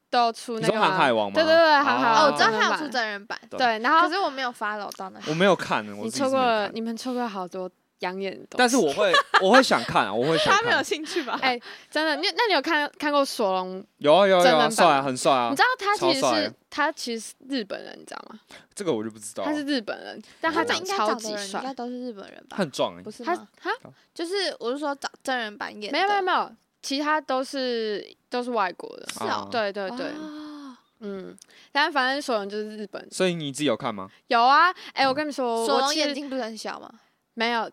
Speaker 1: 都出
Speaker 3: 你
Speaker 1: 那
Speaker 3: 说
Speaker 1: 个
Speaker 3: 航海
Speaker 1: 吗？
Speaker 3: 王吗？
Speaker 1: 对对对
Speaker 3: 啊
Speaker 1: 航海
Speaker 2: 哦，
Speaker 1: 王
Speaker 2: 我知道
Speaker 1: 真人
Speaker 2: 他有
Speaker 1: 版
Speaker 2: 出真人版，
Speaker 3: 对
Speaker 1: 对，然
Speaker 2: 可
Speaker 1: 后
Speaker 2: 是我没有 follow 到那个。
Speaker 3: 我没有看，我
Speaker 1: 你
Speaker 3: 自己是
Speaker 1: 错
Speaker 3: 没
Speaker 1: 过了，
Speaker 3: 看
Speaker 1: 你们错过好多养眼的东西。
Speaker 3: 但是我会我会想看啊，我会想
Speaker 2: 他没有
Speaker 3: 看。
Speaker 2: 兴趣吧？
Speaker 1: 哎真的，你那你有看看过索隆？
Speaker 3: 有啊有啊
Speaker 1: 真
Speaker 3: 有啊，
Speaker 1: 人版
Speaker 3: 帅啊，很帅啊
Speaker 1: 你知。道他其实
Speaker 3: 超帅
Speaker 1: 是他其实是日本人，你知道吗？
Speaker 3: 这个我就不知道
Speaker 1: 他
Speaker 3: 啊，
Speaker 1: 是日本人，但
Speaker 2: 他
Speaker 1: 他
Speaker 2: 们
Speaker 1: 长
Speaker 2: 应该
Speaker 1: 超
Speaker 2: 找的
Speaker 1: 级
Speaker 2: 人应该
Speaker 1: 帅。
Speaker 2: 都是日本人
Speaker 3: 他
Speaker 2: 吧？
Speaker 3: 很壮哎
Speaker 2: 不。是
Speaker 1: 他
Speaker 2: 吗？
Speaker 1: 他
Speaker 2: 就是我是说找真人版演的，
Speaker 1: 没有没有没有，其他都是都是外国的。
Speaker 2: 是哦
Speaker 3: 啊，
Speaker 1: 对对对，
Speaker 2: 哦
Speaker 1: 嗯，但反正索隆就是日本
Speaker 3: 所以你自己有看吗？
Speaker 1: 有啊，哎、
Speaker 3: 嗯
Speaker 1: 我跟你们说，
Speaker 2: 索
Speaker 1: 我
Speaker 2: 隆
Speaker 1: 其
Speaker 2: 眼
Speaker 1: 实
Speaker 2: 睛不是很 小吗？
Speaker 1: 没有，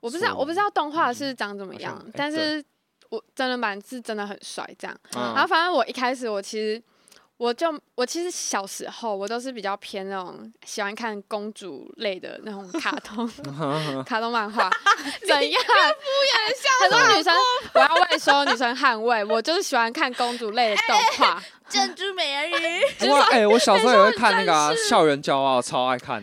Speaker 1: 我不知
Speaker 3: 索
Speaker 1: 道，
Speaker 3: 隆
Speaker 1: 我不知道动画是长怎么
Speaker 3: 好像
Speaker 1: 样，
Speaker 3: 哎
Speaker 1: 但
Speaker 3: 对
Speaker 1: 是我真人版是真的很帅，这样。
Speaker 2: 嗯
Speaker 1: 然后反正我一开始我其实我就我其实小时候我都是比较偏那种喜欢看公主类的那种卡 通卡通漫 画，怎样？敷衍 很多女生，我要为所有女生捍卫，我就是喜欢看公主类的动画。
Speaker 2: 珍珠美人 鱼，
Speaker 3: 不过哎，我小时候也会看那个啊《校园骄傲》，超爱看。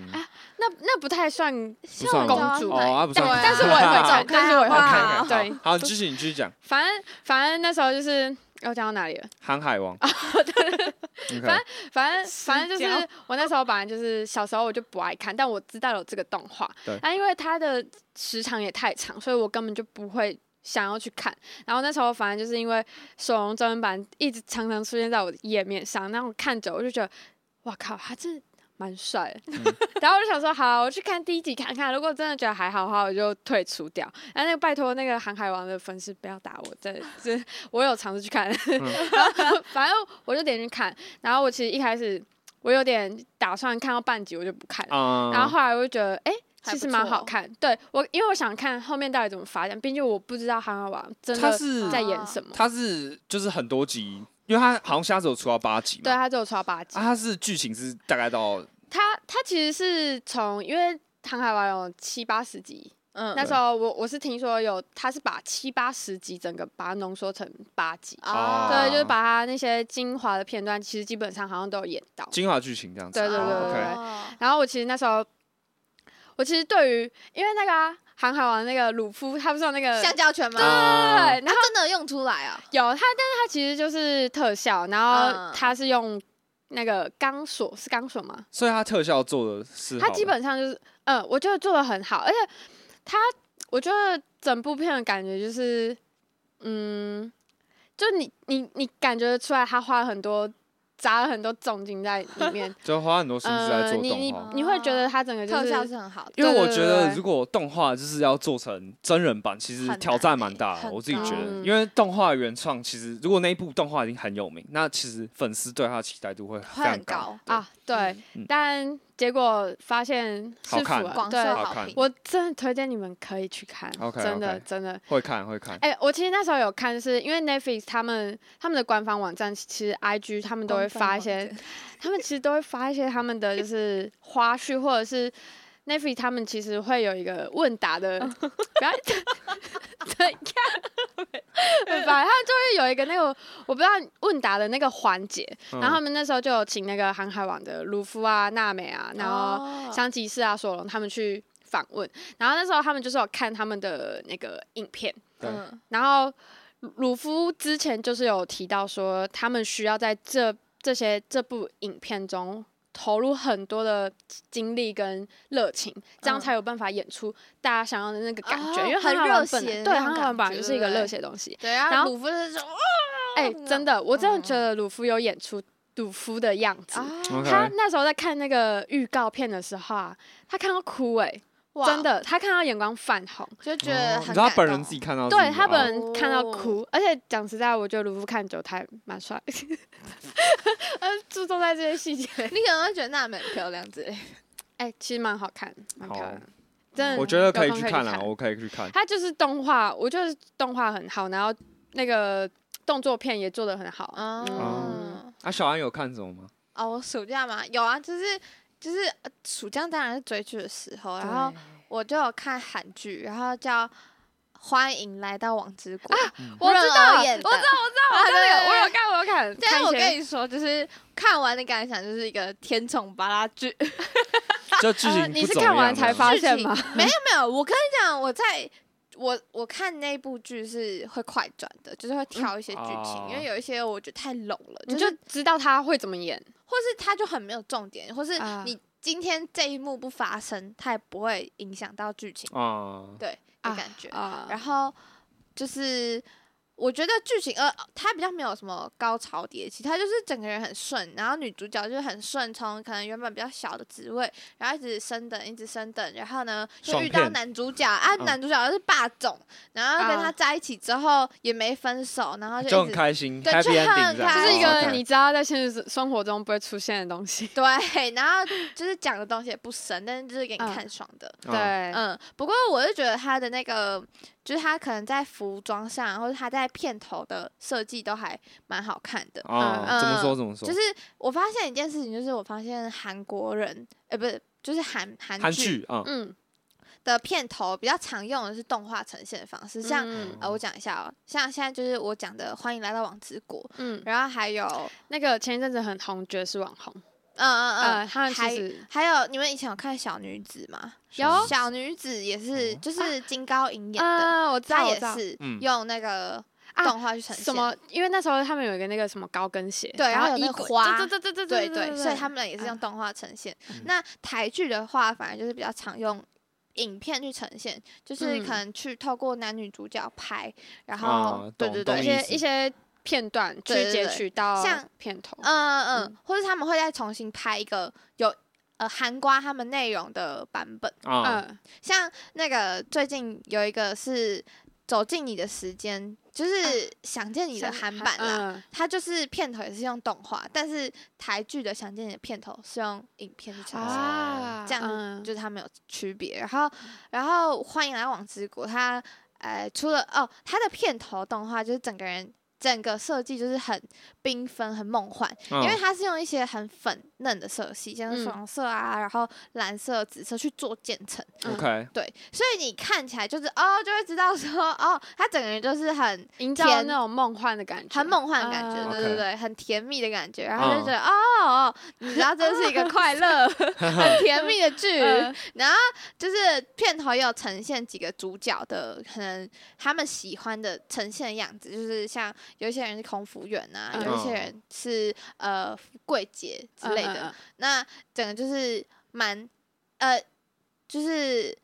Speaker 1: 那那不太算，
Speaker 3: 不算
Speaker 1: 公主
Speaker 3: 哦，啊不
Speaker 1: 但
Speaker 3: 算。
Speaker 1: 但是我也会看，但是我也会
Speaker 2: 好
Speaker 1: 看，
Speaker 2: 看啊
Speaker 1: 对。
Speaker 3: 好，你继续，你继续讲《
Speaker 1: 反正反正那时候就是要讲到哪里了？
Speaker 3: 航海王》OK。
Speaker 1: 反反正反正就
Speaker 2: 失
Speaker 1: 是我那时候本来就是小时候我就不爱看，但我知道有这个动画
Speaker 3: 对，
Speaker 1: 那、因为它的时长也太长，所以我根本就不会。想要去看，然后那时候反正就是因为索隆真人版一直常常出现在我的页面上，那我看着我就觉得，哇靠，他真的蛮帅的。
Speaker 3: 嗯
Speaker 1: 然后我就想说，好，我去看第一集看看，如果真的觉得还好的话，我就退出掉。那那个拜托那个航海王的粉丝不要打我，真的是我有尝试去看，
Speaker 3: 嗯
Speaker 1: 然后反正我就点进去看，然后我其实一开始我有点打算看到半集我就不看了，
Speaker 3: 啊
Speaker 1: 然后后来我就觉得，哎、
Speaker 2: 还
Speaker 1: 其实
Speaker 2: 不
Speaker 1: 蛮
Speaker 2: 错哦
Speaker 1: 好看。对我，因为我想看后面到底怎么发展，毕竟我不知道航海王真
Speaker 3: 他
Speaker 1: 的
Speaker 2: 啊
Speaker 3: 是
Speaker 1: 在演什么。
Speaker 3: 他是就是很多集，因为他好像虾子有出到八集嘛。
Speaker 1: 对
Speaker 3: 啊，
Speaker 1: 他只有出到八集，
Speaker 3: 他是剧情是大概到
Speaker 1: 他他其实是从因为航海王有七八十集，
Speaker 2: 嗯
Speaker 1: 那时候我我是听说有，他是把七八十集整个把它浓缩成八集，
Speaker 2: 哦
Speaker 3: 啊
Speaker 1: 对，就是把他那些精华的片段，其实基本上好像都有演到。
Speaker 3: 精华剧情这样子。
Speaker 1: 对对对
Speaker 3: 哦
Speaker 1: 对
Speaker 3: OK
Speaker 2: 对，
Speaker 1: 然后我其实那时候，我其实对于因为那个啊航海王那个鲁夫，他不是有那个
Speaker 2: 橡胶拳吗？
Speaker 3: 啊
Speaker 1: 对，
Speaker 2: 那真的用出来啊？
Speaker 1: 有他，但是他其实就是特效，然后
Speaker 2: 嗯
Speaker 1: 他是用那个钢索，是钢索吗？
Speaker 3: 所以他特效做的是好
Speaker 1: 他
Speaker 3: 的
Speaker 1: 基本上就是，嗯，我觉得做的很好，而且他，我觉得整部片的感觉就是，嗯，就你你你感觉出来，他花了很多，砸了很多重金在里 面，
Speaker 3: 就花很多心思在
Speaker 1: 呃，
Speaker 3: 做
Speaker 1: 你你
Speaker 3: 动画。
Speaker 1: 你会觉得他整个就
Speaker 2: 哦特
Speaker 1: 是
Speaker 2: 效是很好的，
Speaker 3: 因为我
Speaker 1: 对对
Speaker 3: 觉
Speaker 1: 对
Speaker 3: 得，
Speaker 1: 对
Speaker 3: 如果动画就是要做成真人版，其实
Speaker 2: 很
Speaker 3: 挑
Speaker 2: 难
Speaker 3: 战
Speaker 2: 欸
Speaker 3: 蛮大的。
Speaker 2: 很
Speaker 3: 我自己觉
Speaker 1: 高
Speaker 3: 得，因为动画原创，其实如果那一部动画已经很有名，那其实粉丝对他的期待度会非
Speaker 2: 会
Speaker 3: 常
Speaker 2: 很高，
Speaker 1: 啊，对，
Speaker 3: 嗯但
Speaker 1: 但结果发现
Speaker 3: 好
Speaker 1: 是
Speaker 3: 看
Speaker 1: 符合
Speaker 2: 广
Speaker 1: 对
Speaker 2: 受
Speaker 3: 好
Speaker 2: 好
Speaker 3: 看
Speaker 2: 评。
Speaker 1: 我真的推荐你们可以去看
Speaker 3: OK，OK
Speaker 1: 真的真的。
Speaker 3: 会看会看。
Speaker 1: 哎、我其实那时候有看是，因为 Netflix 他们他们的官方网站，其实 IG 他们都会发一些，他们其实都会发一些他们的就是花絮，或者是 Netflix 他们其实会有一个问答的，不要怎样，反正他们就会有一个那个我不知道问答的那个环节，然后他
Speaker 3: 嗯
Speaker 1: 们那时候就有请那个航海王的鲁夫啊、娜美啊，然后
Speaker 2: 后
Speaker 1: 香吉士啊、索隆他们去访问，然后那时候他们就是有看他们的那个影片，
Speaker 3: 对
Speaker 2: 嗯
Speaker 1: 然后鲁鲁夫之前就是有提到说，他们需要在这这些这部影片中投入很多的精力跟热情，这样
Speaker 2: 嗯
Speaker 1: 才有办法演出大家想要的那个感觉，
Speaker 2: 哦
Speaker 1: 因为
Speaker 2: 很
Speaker 1: 航海
Speaker 2: 热
Speaker 1: 王本来
Speaker 2: 血的
Speaker 1: 对
Speaker 2: 那
Speaker 1: 航
Speaker 2: 种
Speaker 1: 海王
Speaker 2: 感
Speaker 1: 本来
Speaker 2: 觉
Speaker 1: 就是一
Speaker 2: 对
Speaker 1: 个
Speaker 2: 不
Speaker 1: 热
Speaker 2: 对
Speaker 1: 血的东西，
Speaker 2: 对，然
Speaker 1: 然
Speaker 2: 后
Speaker 1: 后
Speaker 2: 鲁夫就是哇，
Speaker 1: 哎、
Speaker 2: 那
Speaker 1: 真
Speaker 2: 种
Speaker 1: 的，我真的觉
Speaker 2: 嗯
Speaker 1: 得鲁夫有演出鲁夫的样子。
Speaker 2: 啊，
Speaker 3: OK
Speaker 1: 他那时候在看那个预告片的时候啊，他看到哭哎、
Speaker 2: 哇
Speaker 1: 真，的，他看到眼光泛红，
Speaker 2: 就觉得
Speaker 3: 哦
Speaker 2: 很
Speaker 3: 你知道他
Speaker 2: 感
Speaker 3: 本人
Speaker 2: 动
Speaker 3: 自己看到自己吗，
Speaker 1: 对他本人看到
Speaker 2: 哦
Speaker 1: 哭，而且讲实在，我觉得鲁夫看久他也蛮帅， 嗯，注重在这些细节，
Speaker 2: 你可能会觉得娜美很漂亮之类的。
Speaker 1: 哎、其实蛮好看，蛮漂
Speaker 3: 好
Speaker 1: 亮的，真的，
Speaker 3: 我觉得可以
Speaker 1: 有空
Speaker 3: 去
Speaker 1: 可以
Speaker 3: 看
Speaker 1: 去
Speaker 3: 啊，
Speaker 1: 看
Speaker 3: 我可以去看。
Speaker 1: 他就是动画，我觉得动画很好，然后那个动作片也做得很好，
Speaker 2: 嗯，
Speaker 3: 啊，小安有看什 么吗？
Speaker 2: 哦，我暑假嘛，有啊，就是就是呃暑假当然是追剧的时候，然后我就有看韩剧，然后叫《欢迎来到王之国》
Speaker 3: 嗯
Speaker 1: 我知
Speaker 2: 润
Speaker 1: 道
Speaker 2: 儿演
Speaker 1: 我
Speaker 2: 的
Speaker 1: 知道，我知道，我
Speaker 2: 啊
Speaker 1: 真的
Speaker 2: 对
Speaker 1: 有，
Speaker 2: 对
Speaker 1: 我有看，我有看。
Speaker 2: 但是
Speaker 1: 看
Speaker 2: 我
Speaker 1: 一些
Speaker 2: 跟你说，就是看完的感想就是一个甜宠巴拉剧，
Speaker 3: 这剧
Speaker 1: 呃
Speaker 3: 情
Speaker 1: 你
Speaker 3: 不
Speaker 1: 是
Speaker 3: 怎
Speaker 1: 看
Speaker 3: 么
Speaker 1: 完
Speaker 3: 样
Speaker 1: 才
Speaker 3: 的
Speaker 1: 发现
Speaker 2: 剧情
Speaker 1: 吗？
Speaker 2: 没有没有，我跟你讲，我在我我看那部剧是会快转的，就是会挑一些剧情，
Speaker 3: 哦
Speaker 2: 因为有一些我觉得太笼了，
Speaker 1: 你
Speaker 2: 嗯是
Speaker 1: 就知道他会怎么演，
Speaker 2: 或是它就很没有重点，或是
Speaker 1: 啊
Speaker 2: 你今天这一幕不发生，它也不会影响到剧情
Speaker 3: 啊，
Speaker 2: 对的
Speaker 1: 啊
Speaker 2: 感觉。
Speaker 1: 啊
Speaker 2: 然后就是我觉得剧情呃，它比较没有什么高潮迭起，它就是整个人很顺，然后女主角就是很顺，从可能原本比较小的职位，然后一直升等，一直升等，然后呢就
Speaker 3: 爽
Speaker 2: 遇到
Speaker 3: 片
Speaker 2: 男主角啊，
Speaker 3: 嗯
Speaker 2: 男主角是霸总，然后跟
Speaker 1: 啊
Speaker 2: 他在一起之后也没分手，然后就
Speaker 3: 就
Speaker 2: 一
Speaker 3: 很
Speaker 2: 直
Speaker 3: 开心
Speaker 2: 对
Speaker 3: ，Happy Ending 这样，
Speaker 2: 就很
Speaker 1: 就
Speaker 2: 开
Speaker 1: 是一
Speaker 2: 心
Speaker 1: 个
Speaker 3: OK
Speaker 1: 你知道在现实生活中不会出现的东西。
Speaker 2: 对， 然后就是讲的东西也不深，但是就是给你
Speaker 1: 嗯
Speaker 2: 看爽的。
Speaker 3: 啊
Speaker 1: 对，
Speaker 2: 嗯，不过我是觉得他的那个，就是他可能在服装上，或者他在片头的设计都还蛮好看的。
Speaker 3: 啊，怎么
Speaker 2: 嗯
Speaker 3: 说怎么说
Speaker 2: 就？是我发现一件事情，就是我发现韩国人，呃，不是，就是韩
Speaker 3: 韩
Speaker 2: 韩剧
Speaker 3: 剧啊，
Speaker 1: 嗯，
Speaker 2: 的片头比较常用的是动画呈现的方式，像、
Speaker 1: 嗯
Speaker 2: 呃，我讲一下哦，像现在就是我讲的《欢迎来到王之国》，
Speaker 1: 嗯，
Speaker 2: 然后还 有，嗯
Speaker 1: 那个前一阵子很红，爵士网红，
Speaker 2: 嗯嗯，
Speaker 1: 呃，他们
Speaker 2: 还
Speaker 1: 其实
Speaker 2: 还有你们以前有看《小女子》吗？
Speaker 1: 有
Speaker 2: 小女啊子也是，
Speaker 3: 哦
Speaker 2: 就是金高银演的，
Speaker 1: 啊，我知
Speaker 2: 她
Speaker 1: 道，
Speaker 2: 也
Speaker 1: 我知道
Speaker 2: 是
Speaker 3: 嗯
Speaker 2: 用那个
Speaker 1: 啊
Speaker 2: 动画去呈现。
Speaker 1: 什么？因为那时候他们有一个那个什么高跟鞋，
Speaker 2: 对然后有
Speaker 1: 衣
Speaker 2: 那个
Speaker 1: 柜
Speaker 2: 花
Speaker 1: 对对对对
Speaker 2: 对
Speaker 1: 对
Speaker 2: 对，所以他们也是用
Speaker 1: 啊
Speaker 2: 动画呈现。
Speaker 3: 嗯
Speaker 2: 那台剧的话，反而就是比较常用影片去呈现，就是可
Speaker 1: 嗯
Speaker 2: 能去透过男女主角拍，然后、
Speaker 3: 啊
Speaker 2: 对
Speaker 3: 懂
Speaker 2: 对
Speaker 3: 懂
Speaker 1: 一
Speaker 2: 对，
Speaker 3: 意
Speaker 1: 些
Speaker 3: 思
Speaker 1: 一些片段
Speaker 2: 对
Speaker 1: 去
Speaker 2: 对
Speaker 1: 截
Speaker 2: 对
Speaker 1: 取到
Speaker 2: 像
Speaker 1: 片头，
Speaker 2: 嗯嗯嗯
Speaker 1: 嗯，
Speaker 2: 或者他们会再重新拍一个有呃韩瓜他们内容的版本。
Speaker 3: 啊，
Speaker 1: 嗯，
Speaker 2: 像那个最近有一个是《走进你的时间》，就是《啊想见你》的
Speaker 1: 像
Speaker 2: 韩版啦。
Speaker 1: 嗯
Speaker 2: 它就是片头也是用动画，但是台剧的《想见你》的片头是用影片去呈现，
Speaker 1: 啊，
Speaker 2: 这样
Speaker 1: 嗯
Speaker 2: 就是它没有区别。然后，然后《欢迎来往之国》它呃，除了哦，它的片头动画就是整个人整个设计就是很缤纷、很梦幻，呃因为
Speaker 3: 嗯
Speaker 2: 它是用一些很粉嫩的色系，像是
Speaker 1: 嗯
Speaker 2: 黄色啊，然后蓝色、紫色去做渐层。
Speaker 1: 嗯
Speaker 3: OK，
Speaker 2: 对，所以你看起来就是哦，就会知道说哦，他整个人就是很
Speaker 1: 营造
Speaker 2: 甜
Speaker 1: 那种梦幻的感觉，
Speaker 2: 很梦幻的感觉，
Speaker 1: 啊
Speaker 2: 对对对，很甜蜜的感觉，然后
Speaker 3: 嗯
Speaker 2: 就觉得、哦，你知道这是一个快 乐、很甜蜜的剧，
Speaker 1: 嗯
Speaker 2: 然后就是片头也有呈现几个主角的可能他们喜欢的呈现的样子，就是像有一些人是空服员啊，
Speaker 1: 嗯
Speaker 2: 有一些人是呃柜姐之类
Speaker 1: 嗯
Speaker 2: 的，
Speaker 1: 嗯嗯
Speaker 2: 那整个就是蛮呃，就是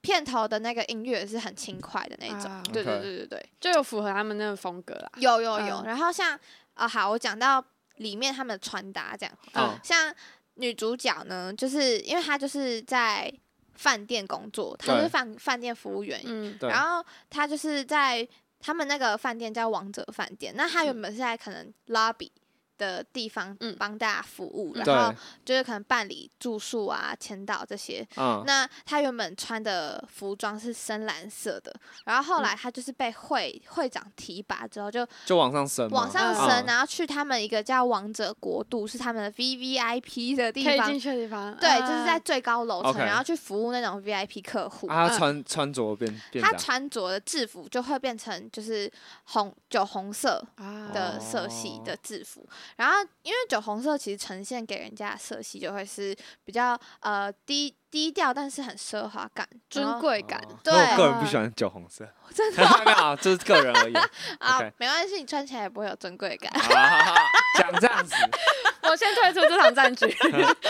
Speaker 2: 片头的那个音乐是很轻快的那一种。
Speaker 1: 啊
Speaker 2: 对对
Speaker 3: OK
Speaker 2: 对对对，
Speaker 1: 就有符合他们那个风格啦。
Speaker 2: 有有有。
Speaker 1: 嗯
Speaker 2: 然后像啊、好，我讲到里面他们的穿搭这样，
Speaker 3: 嗯
Speaker 2: 像女主角呢，就是因为她就是在饭店工作，她就是
Speaker 3: 对
Speaker 2: 饭饭店服务员，
Speaker 1: 嗯，
Speaker 3: 对，
Speaker 2: 然后她就是在他们那个饭店叫王者饭店，那她原
Speaker 1: 嗯
Speaker 2: 本是在可能 lobby 的地方
Speaker 1: 嗯
Speaker 2: 帮大家服务，
Speaker 1: 嗯
Speaker 2: 然后
Speaker 3: 对，
Speaker 2: 就是可能办理住宿啊、签到这些。
Speaker 3: 嗯，
Speaker 2: 那他原本穿的服装是深蓝色的，然后
Speaker 1: 嗯
Speaker 2: 后来他就是被会会长提拔之后，就
Speaker 3: 就往上升嘛，
Speaker 2: 往上
Speaker 1: 嗯
Speaker 2: 升，啊
Speaker 3: 嗯
Speaker 2: 然后去他们一个叫王者国度，是他们的 V V I P 的地
Speaker 1: 可以
Speaker 2: 方
Speaker 1: 进，去的地方，
Speaker 2: 对，就是在
Speaker 1: 啊
Speaker 2: 最高楼层，
Speaker 3: OK
Speaker 2: 然后去服务那种 V I P 客户。
Speaker 3: 啊，他
Speaker 1: 嗯
Speaker 3: 穿穿着变变
Speaker 2: 他
Speaker 3: 这样
Speaker 2: 穿着的制服就会变成就是红酒红色，
Speaker 1: 啊
Speaker 3: 哦
Speaker 2: 的色系的制服。然后，因为酒红色其实呈现给人家的色系就会是比较呃低低调，但是很奢华感、
Speaker 1: 尊
Speaker 2: 然后。
Speaker 1: 贵感，
Speaker 3: 哦
Speaker 2: 对
Speaker 3: 可我个人不喜欢酒红色， 真的没有，这是个人而言。
Speaker 2: 啊
Speaker 3: OK
Speaker 2: 没关系，你穿起来也不会有尊贵感。
Speaker 3: 啊讲这样子
Speaker 1: 我先退出这场战局。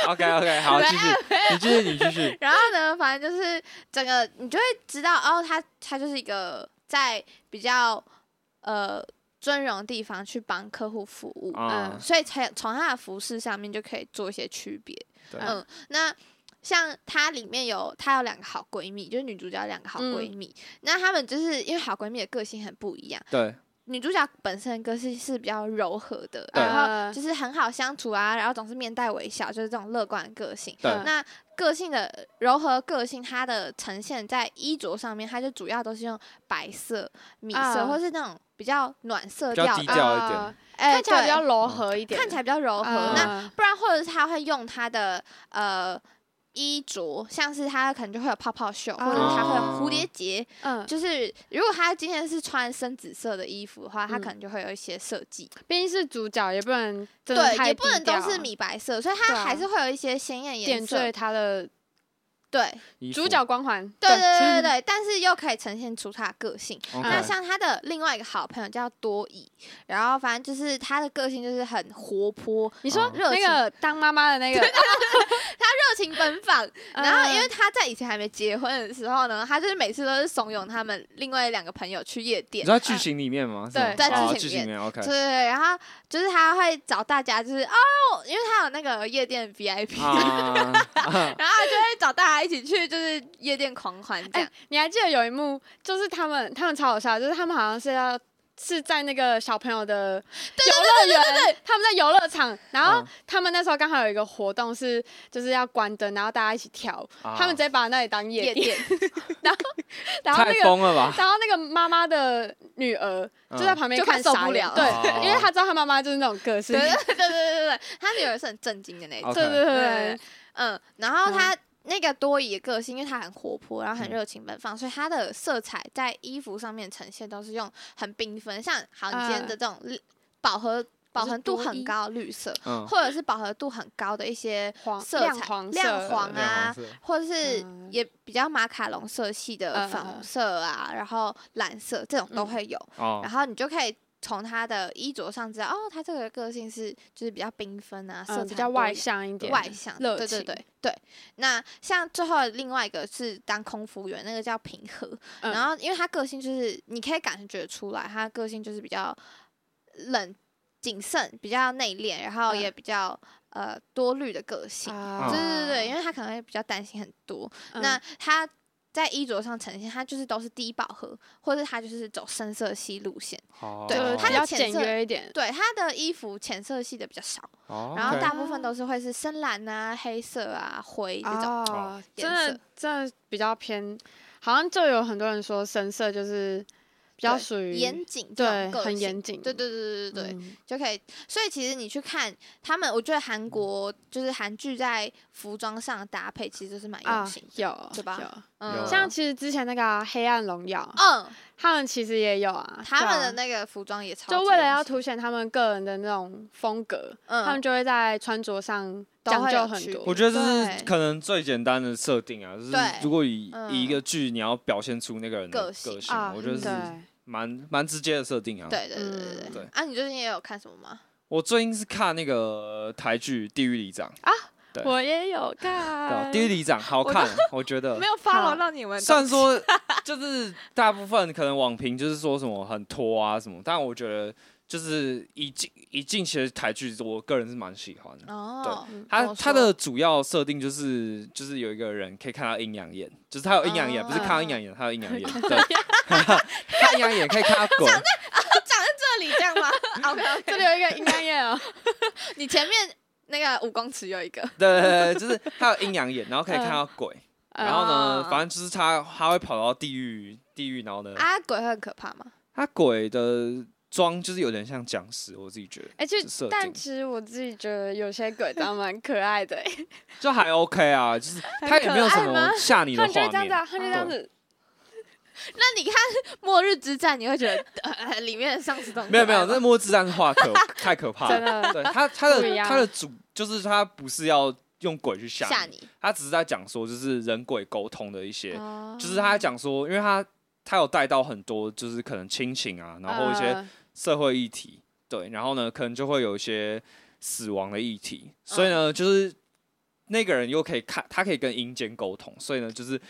Speaker 3: ，OK OK，好，继续，你继续，你继续。
Speaker 2: 然后呢，反正就是整个你就会知道，哦，他他就是一个在比较呃尊荣的地方去帮客户服务，
Speaker 3: 啊
Speaker 2: 嗯，所以才从他的服饰上面就可以做一些区别，
Speaker 3: 对
Speaker 2: 嗯，那。像它里面有，她有两个好闺蜜，就是女主角有两个好闺蜜。那她们就是因为好闺蜜的个性很不一样，
Speaker 3: 对，
Speaker 2: 女主角本身的个性是比较柔和的，
Speaker 3: 对
Speaker 1: 呃
Speaker 2: 然后就是很好相处啊，然后总是面带微笑，就是这种乐观的个性。
Speaker 3: 对
Speaker 1: 嗯
Speaker 2: 那个性的柔和个性，它的呈现在衣着上面，它就主要都是用白色、米色，
Speaker 1: 啊
Speaker 2: 或是那种比较暖色
Speaker 3: 比较
Speaker 2: 调
Speaker 3: 低
Speaker 2: 的，
Speaker 3: 调一点
Speaker 1: 啊
Speaker 2: 哎
Speaker 1: 看起来比
Speaker 2: 对
Speaker 1: 较柔和一点，
Speaker 2: 看起来比较柔和。
Speaker 1: 啊
Speaker 2: 那不然或者是他会用他的呃衣着，像是他可能就会有泡泡袖，或者是他会有蝴
Speaker 3: 哦
Speaker 2: 蝶结。
Speaker 1: 嗯，
Speaker 2: 就是如果他今天是穿深紫色的衣服的话，他
Speaker 1: 嗯
Speaker 2: 可能就会有一些设计，
Speaker 1: 毕竟是主角，也不能真的
Speaker 2: 对，
Speaker 1: 太
Speaker 2: 也不能
Speaker 1: 低
Speaker 2: 都
Speaker 1: 调
Speaker 2: 是米白色，所以
Speaker 1: 对
Speaker 2: 他
Speaker 1: 啊
Speaker 2: 还是会有一些鲜艳颜
Speaker 1: 点
Speaker 2: 色。
Speaker 1: 缀他的
Speaker 2: 对
Speaker 3: 衣
Speaker 1: 主
Speaker 3: 服
Speaker 1: 角光环。
Speaker 2: 对对
Speaker 1: 嗯
Speaker 2: 对对对，但是又可以呈现出他的个性。
Speaker 3: OK
Speaker 2: 那像他的另外一个好朋友叫多疑，然后反正就是他的个性就是很活泼，
Speaker 1: 你说
Speaker 3: 哦
Speaker 2: 热
Speaker 1: 那
Speaker 2: 情
Speaker 1: 个当妈妈的那 个，
Speaker 2: 热情奔 放，然后，因为
Speaker 1: 嗯
Speaker 2: 他在以前还没结婚的时候呢，他就是每次都是怂恿他们另外两个朋友去夜
Speaker 3: 你
Speaker 2: 店
Speaker 3: 知，道剧情里面吗？是吗
Speaker 1: 对在
Speaker 3: 哦
Speaker 2: 嗯剧
Speaker 3: 剧
Speaker 2: 情里
Speaker 3: 情里面，OK
Speaker 2: 对对，对，然后就是他会找大家，就是哦，因为他有那个夜店 VIP，、
Speaker 3: 啊，
Speaker 2: 然后他就会找大家一起去，就是夜店狂欢这
Speaker 1: 哎、
Speaker 2: 样。
Speaker 1: 你还记得有一幕，就是他们他们超好笑，就是他们好像是要是在那个小朋友的游乐园，他们在游乐场，然后
Speaker 3: 嗯
Speaker 1: 他们那时候刚好有一个活动是就是要关灯，然后大家一起跳舞，
Speaker 3: 啊
Speaker 1: 他们直接把那里当夜
Speaker 2: 夜
Speaker 1: 店，
Speaker 2: 店，
Speaker 1: 然后
Speaker 3: 太
Speaker 1: 那个
Speaker 3: 疯了吧？
Speaker 1: 然后那个妈妈的女儿就在
Speaker 3: 嗯
Speaker 1: 旁边
Speaker 2: 就快
Speaker 1: 看
Speaker 2: 受
Speaker 1: 傻
Speaker 2: 不
Speaker 1: 眼
Speaker 2: 了
Speaker 1: 对，
Speaker 3: 哦
Speaker 1: 因为她知道她妈妈就是那种个性
Speaker 2: 对，对对对对对，他女儿是很震惊的那一种。
Speaker 3: OK
Speaker 1: 对对对对
Speaker 2: 对，嗯，然后他那个多疑的个性，因为他很活泼，然
Speaker 1: 嗯
Speaker 2: 后很热情奔放，所以他的色彩在衣服上面呈现都是用很缤纷，像好你今天的
Speaker 1: 嗯
Speaker 2: 这种绿饱和饱和度很高的绿色，
Speaker 1: 哦
Speaker 3: 嗯，
Speaker 2: 或者是饱和度很高的一些
Speaker 1: 黄
Speaker 2: 色
Speaker 1: 亮
Speaker 2: 彩
Speaker 1: 黄色
Speaker 2: 亮黄
Speaker 3: 亮
Speaker 2: 啊
Speaker 3: 黄色
Speaker 2: 或者是
Speaker 1: 嗯
Speaker 2: 也比较马卡龙色系的
Speaker 1: 嗯
Speaker 2: 粉
Speaker 1: 嗯嗯
Speaker 2: 红色啊，然后蓝色这种都
Speaker 1: 嗯
Speaker 2: 会有，
Speaker 3: 哦
Speaker 2: 然后你就可以。从他的衣着上知道，哦，他这个个性是就是比较缤纷啊，色彩
Speaker 1: 嗯，比较
Speaker 2: 多
Speaker 1: 外
Speaker 2: 元
Speaker 1: 向一点，
Speaker 2: 外向的，
Speaker 1: 热
Speaker 2: 对对
Speaker 1: 情
Speaker 2: 对对。那像最后另外一个是当空服员，那个叫平和，
Speaker 1: 嗯
Speaker 2: 然后因为他个性就是你可以感觉出来，他个性就是比较冷、谨慎、比较内敛，然后
Speaker 1: 嗯
Speaker 2: 也比较、呃多虑的个性。
Speaker 3: 嗯
Speaker 1: 啊
Speaker 2: 对对对，因为他可能会比较担心很多。
Speaker 1: 嗯
Speaker 2: 那他在衣着上呈现，他就是都是低饱和，或者他就是走深色系路线。
Speaker 3: 哦
Speaker 2: 对
Speaker 1: 就是
Speaker 2: 它
Speaker 1: 比
Speaker 2: 的
Speaker 1: 较
Speaker 2: 浅
Speaker 1: 简
Speaker 2: 色
Speaker 1: 约一点，
Speaker 2: 对，他的衣服浅色系的比较少，
Speaker 3: 哦
Speaker 2: 然后
Speaker 3: OK
Speaker 2: 大部分都是会是深蓝啊、黑色啊、灰这种。
Speaker 1: 哦，真
Speaker 2: 颜
Speaker 1: 的
Speaker 2: 色
Speaker 1: 真的比较偏，好像就有很多人说深色就是比较
Speaker 2: 对
Speaker 1: 属于
Speaker 2: 严谨这
Speaker 1: 对
Speaker 2: 种个性，
Speaker 1: 很严谨，
Speaker 2: 对对对对对对，
Speaker 1: 嗯
Speaker 2: 就可以。所以其实你去看他们，我觉得韩国就是韩剧在服装上的搭配其实就是蛮用
Speaker 1: 啊
Speaker 2: 心，
Speaker 1: 有
Speaker 2: 对吧
Speaker 1: 有，
Speaker 3: 有
Speaker 2: 嗯，
Speaker 3: 啊
Speaker 1: 像其实之前那个啊《黑暗荣耀》，
Speaker 2: 嗯，
Speaker 1: 他们其实也有啊，
Speaker 2: 他
Speaker 1: 对
Speaker 2: 们
Speaker 1: 啊
Speaker 2: 的那个服装也超级
Speaker 1: 就
Speaker 2: 用心，
Speaker 1: 为了要凸显他们个人的那种风格，他们
Speaker 2: 嗯，
Speaker 1: 就会在穿着上
Speaker 2: 都
Speaker 1: 讲
Speaker 2: 会
Speaker 1: 究
Speaker 2: 有
Speaker 1: 很
Speaker 2: 区
Speaker 1: 多
Speaker 3: 我。觉得这
Speaker 2: 对
Speaker 3: 是可能最简单的设定啊，就是
Speaker 2: 对
Speaker 3: 如果以以一
Speaker 2: 嗯
Speaker 3: 个剧你要表现出那个人的
Speaker 2: 个
Speaker 3: 个
Speaker 2: 性啊
Speaker 3: 性，我觉得
Speaker 1: 嗯
Speaker 3: 是
Speaker 1: 对，
Speaker 3: 蛮蛮直接的设定啊。，
Speaker 2: 对对对对对
Speaker 3: 嗯对
Speaker 2: 啊，你最近也有看什么吗？
Speaker 3: 我最近是看那个台剧《地狱里长》，对
Speaker 1: 我也有
Speaker 2: 呃
Speaker 3: 对吧
Speaker 1: 看，
Speaker 3: 《地狱里长》好看，我觉得。
Speaker 2: 有
Speaker 1: follow
Speaker 2: 到你们
Speaker 3: 虽然说就是大部分可能网评就是说什么很拖啊什么，但我觉得就是以近以近期的台剧，我个人是蛮喜欢的。
Speaker 2: 哦，
Speaker 3: 它
Speaker 2: 怎么
Speaker 3: 它
Speaker 2: 说
Speaker 3: 的主要设定就是就是有一个人可以看到阴阳眼，就是他有阴阳眼，不是看到阴阳眼，他有阴阳
Speaker 1: 哦
Speaker 3: 眼，对， 看阴阳眼可以看到鬼，
Speaker 2: 这里这样 吗？OK，
Speaker 1: 这里有一个阴阳眼哦，
Speaker 2: 你前面那个五公尺有一个，
Speaker 3: 对对对，就是他有阴阳眼，然后可以看到鬼，
Speaker 1: 嗯
Speaker 3: 然后呢，
Speaker 2: 嗯
Speaker 3: 反正就是他他会跑到地狱地狱，然后呢，
Speaker 2: 啊，鬼会很可怕吗？
Speaker 3: 他鬼的妆就是有点像僵尸，我自己觉得
Speaker 1: 哎，其
Speaker 3: 这设
Speaker 1: 实
Speaker 3: 定
Speaker 1: 但其实我自己觉得有些鬼长得蛮可爱的，哎
Speaker 3: 就还 OK 啊，就是他也没有什
Speaker 1: 很可爱
Speaker 3: 么吓你
Speaker 1: 他
Speaker 3: 的
Speaker 1: 们就会这
Speaker 3: 画
Speaker 1: 样子
Speaker 3: 面，
Speaker 1: 啊，他们就这样子，
Speaker 2: 那你看《末日之战》，你会觉得、 呃、里面的丧尸都很
Speaker 3: 没有
Speaker 2: 可
Speaker 3: 没
Speaker 2: 爱
Speaker 3: 有，
Speaker 2: 吗
Speaker 3: 那末之战画可太可怕
Speaker 1: 真
Speaker 3: 了。
Speaker 1: 的
Speaker 3: 对他他
Speaker 1: 不一
Speaker 3: 的
Speaker 1: 样
Speaker 3: 他的主就是他不是要用鬼去吓
Speaker 2: 吓
Speaker 3: 你，
Speaker 2: 你，
Speaker 3: 他只是在讲说就是人鬼沟通的一些，
Speaker 1: 哦
Speaker 2: 就
Speaker 3: 就是他在讲说，因为他他有带到很多就是可能亲情啊，然后一些
Speaker 1: 呃
Speaker 3: 社会议题，对，然后呢可能就会有一些死亡的议题，所以
Speaker 2: 嗯
Speaker 3: 呢就是那个人又可以看，他可以跟阴间沟通，所以呢就是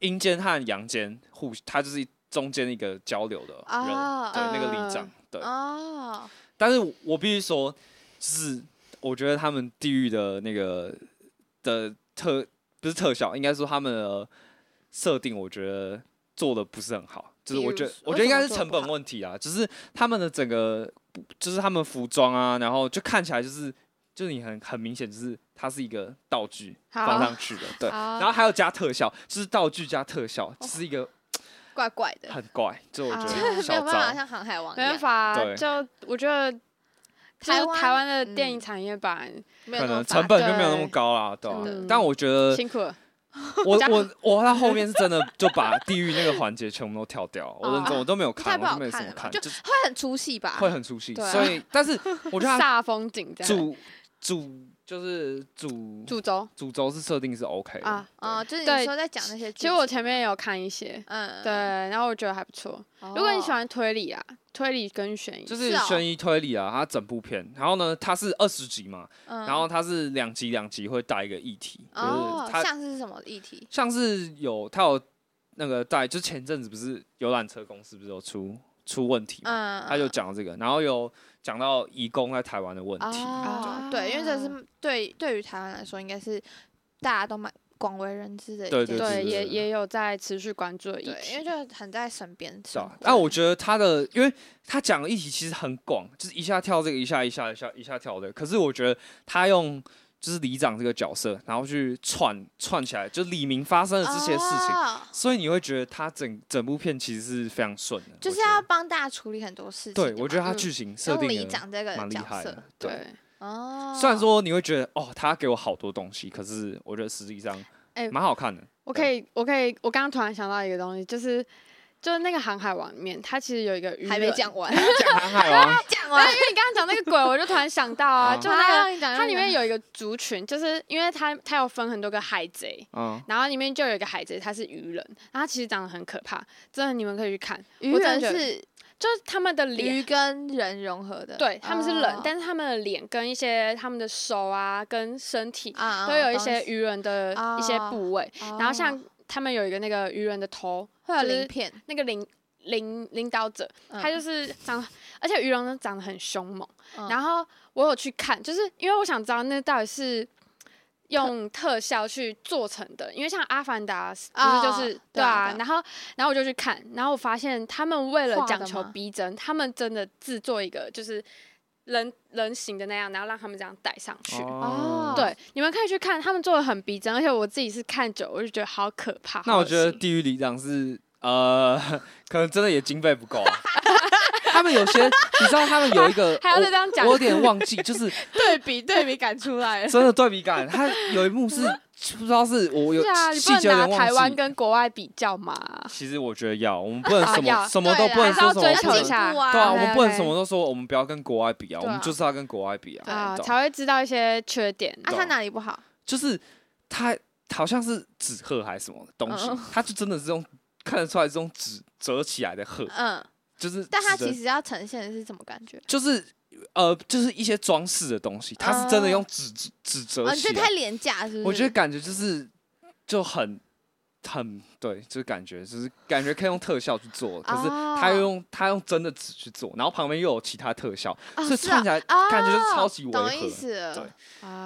Speaker 3: 阴间和阳间互，他就是中间一个交流的人，
Speaker 2: 哦
Speaker 3: 对那个呃
Speaker 1: 嗯
Speaker 3: 里长，对。
Speaker 2: 哦，
Speaker 3: 但是我必须说，就是我觉得他们地域的那个的特不是特效，应该说他们的设定，我觉得做的不是很好。就是我觉得
Speaker 2: 比，如
Speaker 3: 我觉得应该是
Speaker 2: 为什么做
Speaker 3: 成
Speaker 2: 得不好
Speaker 3: 本问题啊，就是他们的整个，就是他们服装啊，然后就看起来就是，就是你很很明显，就是它是一个道具
Speaker 1: 好
Speaker 2: 啊
Speaker 3: 放上去的，对。
Speaker 2: 然
Speaker 3: 然后还有加特效，就是道具加特效，就是一个
Speaker 2: 怪怪的，
Speaker 3: 很怪，就我觉
Speaker 1: 啊
Speaker 3: 得
Speaker 2: 哦 没
Speaker 3: 小
Speaker 2: 有办法
Speaker 3: 招。
Speaker 2: 像航海王一
Speaker 1: 没办
Speaker 2: 样，
Speaker 1: 法啊，
Speaker 3: 对
Speaker 1: 就我觉得就是
Speaker 2: 台湾
Speaker 1: 台湾的电影
Speaker 2: 嗯
Speaker 1: 产业吧，
Speaker 2: 没有
Speaker 3: 可
Speaker 2: 那么
Speaker 3: 能
Speaker 2: 发
Speaker 3: 成本就没有那么
Speaker 1: 对
Speaker 3: 高啦，对啊
Speaker 1: 真的
Speaker 3: 但我觉得
Speaker 1: 辛苦了。
Speaker 3: 我
Speaker 1: 加
Speaker 3: 我我到后面是真的就把地狱那个环节全部都跳掉，我认真我都没有
Speaker 2: 哦
Speaker 3: 看，
Speaker 2: 太不
Speaker 3: 我
Speaker 2: 好
Speaker 3: 都没怎
Speaker 2: 看
Speaker 3: 么
Speaker 2: 了吧
Speaker 3: 看，
Speaker 2: 就
Speaker 3: 就是
Speaker 2: 会很出戏吧？
Speaker 3: 会很出戏。
Speaker 2: 对啊
Speaker 3: 所 以，但是我觉得它
Speaker 1: 煞风景这样。
Speaker 3: 主主就是主
Speaker 1: 主轴，
Speaker 3: 主轴是设定是 OK 的
Speaker 1: 啊
Speaker 2: 哦，
Speaker 3: 对
Speaker 2: 就是你
Speaker 1: 对
Speaker 2: 说在讲那些剧情，
Speaker 1: 其实我前面也有看一些，
Speaker 2: 嗯，
Speaker 1: 对，然后我觉得还不错。
Speaker 2: 哦，
Speaker 1: 如果你喜欢推理啊，推理跟悬疑，
Speaker 3: 就是
Speaker 2: 是哦
Speaker 3: 悬疑推理啊，它整部片，然后呢，它是二十集嘛，
Speaker 2: 嗯，
Speaker 3: 然后它是两集两集会带一个议题，就是
Speaker 2: 哦，
Speaker 3: 它
Speaker 2: 像是什么议题？
Speaker 3: 像是有它有那个带，就前阵子不是游览车公司不是有出出问题嘛，
Speaker 2: 嗯，
Speaker 3: 他就讲到这个，然后有讲到移工在台湾的问题，
Speaker 2: 哦，对，因为这是对对于台湾来说，应该是大家都蛮广为人知的一
Speaker 3: 对
Speaker 2: 件
Speaker 3: 对
Speaker 1: 对，
Speaker 3: 对
Speaker 1: 也
Speaker 3: 对
Speaker 1: 也有在持续关注的议
Speaker 2: 对，
Speaker 1: 题
Speaker 2: 因为。就很在身边
Speaker 3: 是
Speaker 2: 生活。
Speaker 3: 啊。那我觉得他的，因为他讲的议题其实很广，就是一下跳这个，一下一下一下一下跳的。可是我觉得他用就是里长这个角色，然后去串串起来，就李明发生的这些事情，
Speaker 2: 哦
Speaker 3: 所以你会觉得他整整部片其实是非常顺的，
Speaker 2: 就是
Speaker 3: 我觉
Speaker 2: 要
Speaker 3: 得
Speaker 2: 帮大家处理很多事情的嘛。
Speaker 3: 对，我觉得他
Speaker 1: 嗯
Speaker 3: 剧情设
Speaker 2: 用
Speaker 3: 定
Speaker 2: 里
Speaker 3: 的
Speaker 2: 长这个
Speaker 3: 蛮厉
Speaker 2: 角
Speaker 3: 害
Speaker 2: 色
Speaker 3: 的，对。
Speaker 1: 对，
Speaker 2: 哦，
Speaker 3: 虽然说你会觉得哦，他给我好多东西，可是我觉得实际上
Speaker 1: 哎
Speaker 3: 蛮好看 的。
Speaker 1: 我可以，我可以，我刚刚突然想到一个东西，就是就是那个《航海王》里面，它其实有一个
Speaker 2: 还没讲 完，
Speaker 3: 讲航 海王，
Speaker 2: 讲
Speaker 1: 完，
Speaker 2: 完
Speaker 1: 对， 因为你刚刚讲那个鬼，我就突然想到啊，
Speaker 3: 啊
Speaker 1: 就那个。
Speaker 2: 你讲
Speaker 1: 它里面有一个族群，就是因为它它有分很多个海贼，
Speaker 3: 嗯，
Speaker 1: 然后里面就有一个海贼，他是鱼人，然后他其实长得很可怕，真的你们可以去看，
Speaker 2: 鱼
Speaker 1: 我真的
Speaker 2: 人
Speaker 1: 觉得
Speaker 2: 是
Speaker 1: 就是他们的脸，
Speaker 2: 鱼跟人融合的，
Speaker 1: 对，他们是人，
Speaker 2: 哦
Speaker 1: 但是他们的脸跟一些他们的手啊跟身体
Speaker 2: 啊
Speaker 1: 都有一些，鱼人的一些
Speaker 2: 哦
Speaker 1: 部位，
Speaker 2: 然
Speaker 1: 然后像他们有一个那个鱼人的头，
Speaker 2: 会有
Speaker 1: 就是
Speaker 2: 鳞片，
Speaker 1: 那个领领领导者，他就是长，而且鱼龙长得很凶猛。
Speaker 2: 嗯
Speaker 1: 然后我有去看，就是因为我想知道那到底是用特效去做成的，因为像《阿凡达》不
Speaker 2: 哦
Speaker 1: 是就是、
Speaker 2: 对
Speaker 1: 对
Speaker 2: 啊
Speaker 1: 啊
Speaker 2: 对啊，
Speaker 1: 然后然后我就去看，然后我发现他们为了
Speaker 2: 画的
Speaker 1: 讲求
Speaker 2: 吗
Speaker 1: 逼真，他们真的制作一个就是人人形的那样，然后让他们这样戴上去。
Speaker 2: 哦
Speaker 1: 对，你们可以去看，他们做的很逼真，而且我自己是看久，我就觉得好可怕。
Speaker 3: 那
Speaker 1: 好
Speaker 3: 我
Speaker 1: 恶
Speaker 3: 觉得
Speaker 1: 心
Speaker 3: 地狱里长是呃， 可能真的也经费不够啊、他们有些，你知道，他们有一 个，
Speaker 1: 还要
Speaker 3: 我
Speaker 1: 再这样讲
Speaker 3: 我有点忘记，就是
Speaker 2: 对比对比感出来了，
Speaker 3: 真的对比感。他有一幕是不知道是我有
Speaker 1: 是啊，你不
Speaker 3: 细节有
Speaker 1: 能
Speaker 3: 点
Speaker 1: 拿台湾
Speaker 3: 忘记。
Speaker 1: 跟国外比较嘛。
Speaker 3: 其实我觉得要，我们不能
Speaker 1: 啊
Speaker 3: 什么
Speaker 1: 要
Speaker 3: 什么都不
Speaker 1: 还
Speaker 3: 能
Speaker 1: 是要
Speaker 3: 说什
Speaker 1: 追
Speaker 3: 么不
Speaker 1: 求一
Speaker 3: 能，
Speaker 1: 下
Speaker 2: 对啊
Speaker 3: 对啊，我
Speaker 1: 对
Speaker 3: 们不能
Speaker 1: 对
Speaker 3: 什么都说，我们不要跟国外比啊，我
Speaker 2: 对啊
Speaker 3: 们就是要跟国外比啊，
Speaker 1: 啊，
Speaker 3: 对啊
Speaker 1: 才会知道一些缺点。
Speaker 2: 啊，他哪里不好？
Speaker 3: 就是他好像是纸鹤还是什么东西
Speaker 2: 嗯，
Speaker 3: 他就真的是用看得出来是用纸折起来的鹤，
Speaker 2: 嗯，
Speaker 3: 就是
Speaker 2: 但他
Speaker 3: 纸的
Speaker 2: 其实要呈现的是什么感觉？
Speaker 3: 就是呃，就是一些装饰的东西，它是真的用纸纸纸折
Speaker 2: 啊，哦这
Speaker 3: 起
Speaker 2: 太嗯
Speaker 3: 来。
Speaker 2: 廉价是不是？
Speaker 3: 我觉得感觉就是就很很对，就是感觉就是感觉可以用特效去做，可是他又
Speaker 2: 哦
Speaker 3: 用他用真的纸去做，然后旁边又有其他特效，
Speaker 2: 哦
Speaker 3: 所以
Speaker 2: 是
Speaker 3: 串
Speaker 2: 啊
Speaker 3: 起来
Speaker 2: 哦
Speaker 3: 感觉就是超级违
Speaker 2: 懂意
Speaker 3: 和。
Speaker 2: 思了，
Speaker 3: 对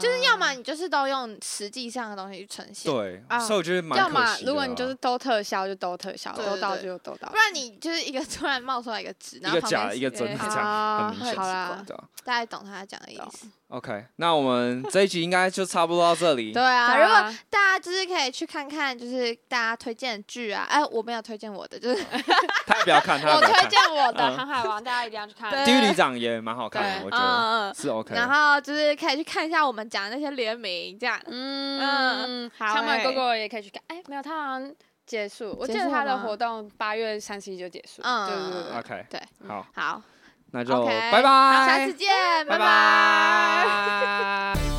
Speaker 2: 就是要么你就是都用实际上的东西去呈现，
Speaker 3: 对，
Speaker 1: 啊
Speaker 3: 所以我觉得蛮
Speaker 1: 要
Speaker 3: 可
Speaker 1: 么
Speaker 3: 惜的啊。
Speaker 1: 如果你就是都特效就都特效，
Speaker 2: 对
Speaker 1: 都到
Speaker 2: 对
Speaker 1: 就都到
Speaker 2: 不。然你就是一个突然冒出来一个纸，然后
Speaker 3: 一个
Speaker 2: 旁
Speaker 3: 假
Speaker 2: 边
Speaker 3: 一个真
Speaker 2: 对哦
Speaker 3: 这样
Speaker 1: 啊
Speaker 3: 很明显
Speaker 1: 好啦，
Speaker 3: 对啊
Speaker 2: 大家懂他讲的意
Speaker 1: 懂
Speaker 2: 思。
Speaker 3: OK，那我们这一集应该就差不多到这里
Speaker 2: 对。 啊，
Speaker 1: 对
Speaker 2: 如果大家就是可以去看看，就是大家推荐的剧啊，哎，我没有推荐我的，就是
Speaker 3: 他不要看，他
Speaker 1: 我
Speaker 3: 不要
Speaker 1: 推
Speaker 3: 看。
Speaker 1: 荐我的《
Speaker 3: 嗯
Speaker 1: 航海王》，大家一定要 去看。
Speaker 2: 对
Speaker 3: 地狱里长也蛮好看的，
Speaker 1: 对
Speaker 3: 我觉得
Speaker 2: 呃嗯嗯，
Speaker 3: 是 OK 的。
Speaker 2: 然后就是可以去看一下我们讲的那些联名这样。嗯
Speaker 1: 嗯，
Speaker 2: 好
Speaker 1: 香曼
Speaker 2: 欸
Speaker 1: 哥哥也可以去看。哎，没有，他好像结束，我记
Speaker 2: 结
Speaker 1: 得
Speaker 2: 束
Speaker 1: 他
Speaker 2: 了
Speaker 1: 的
Speaker 2: 吗
Speaker 1: 活动八月三十一就结束。
Speaker 2: 嗯
Speaker 1: 对对对对。
Speaker 3: OK，
Speaker 2: 对，
Speaker 3: 好，
Speaker 2: 好，
Speaker 3: 那就
Speaker 2: OK，
Speaker 3: 拜拜，
Speaker 2: 下次见，
Speaker 3: 拜
Speaker 2: 拜
Speaker 3: 拜。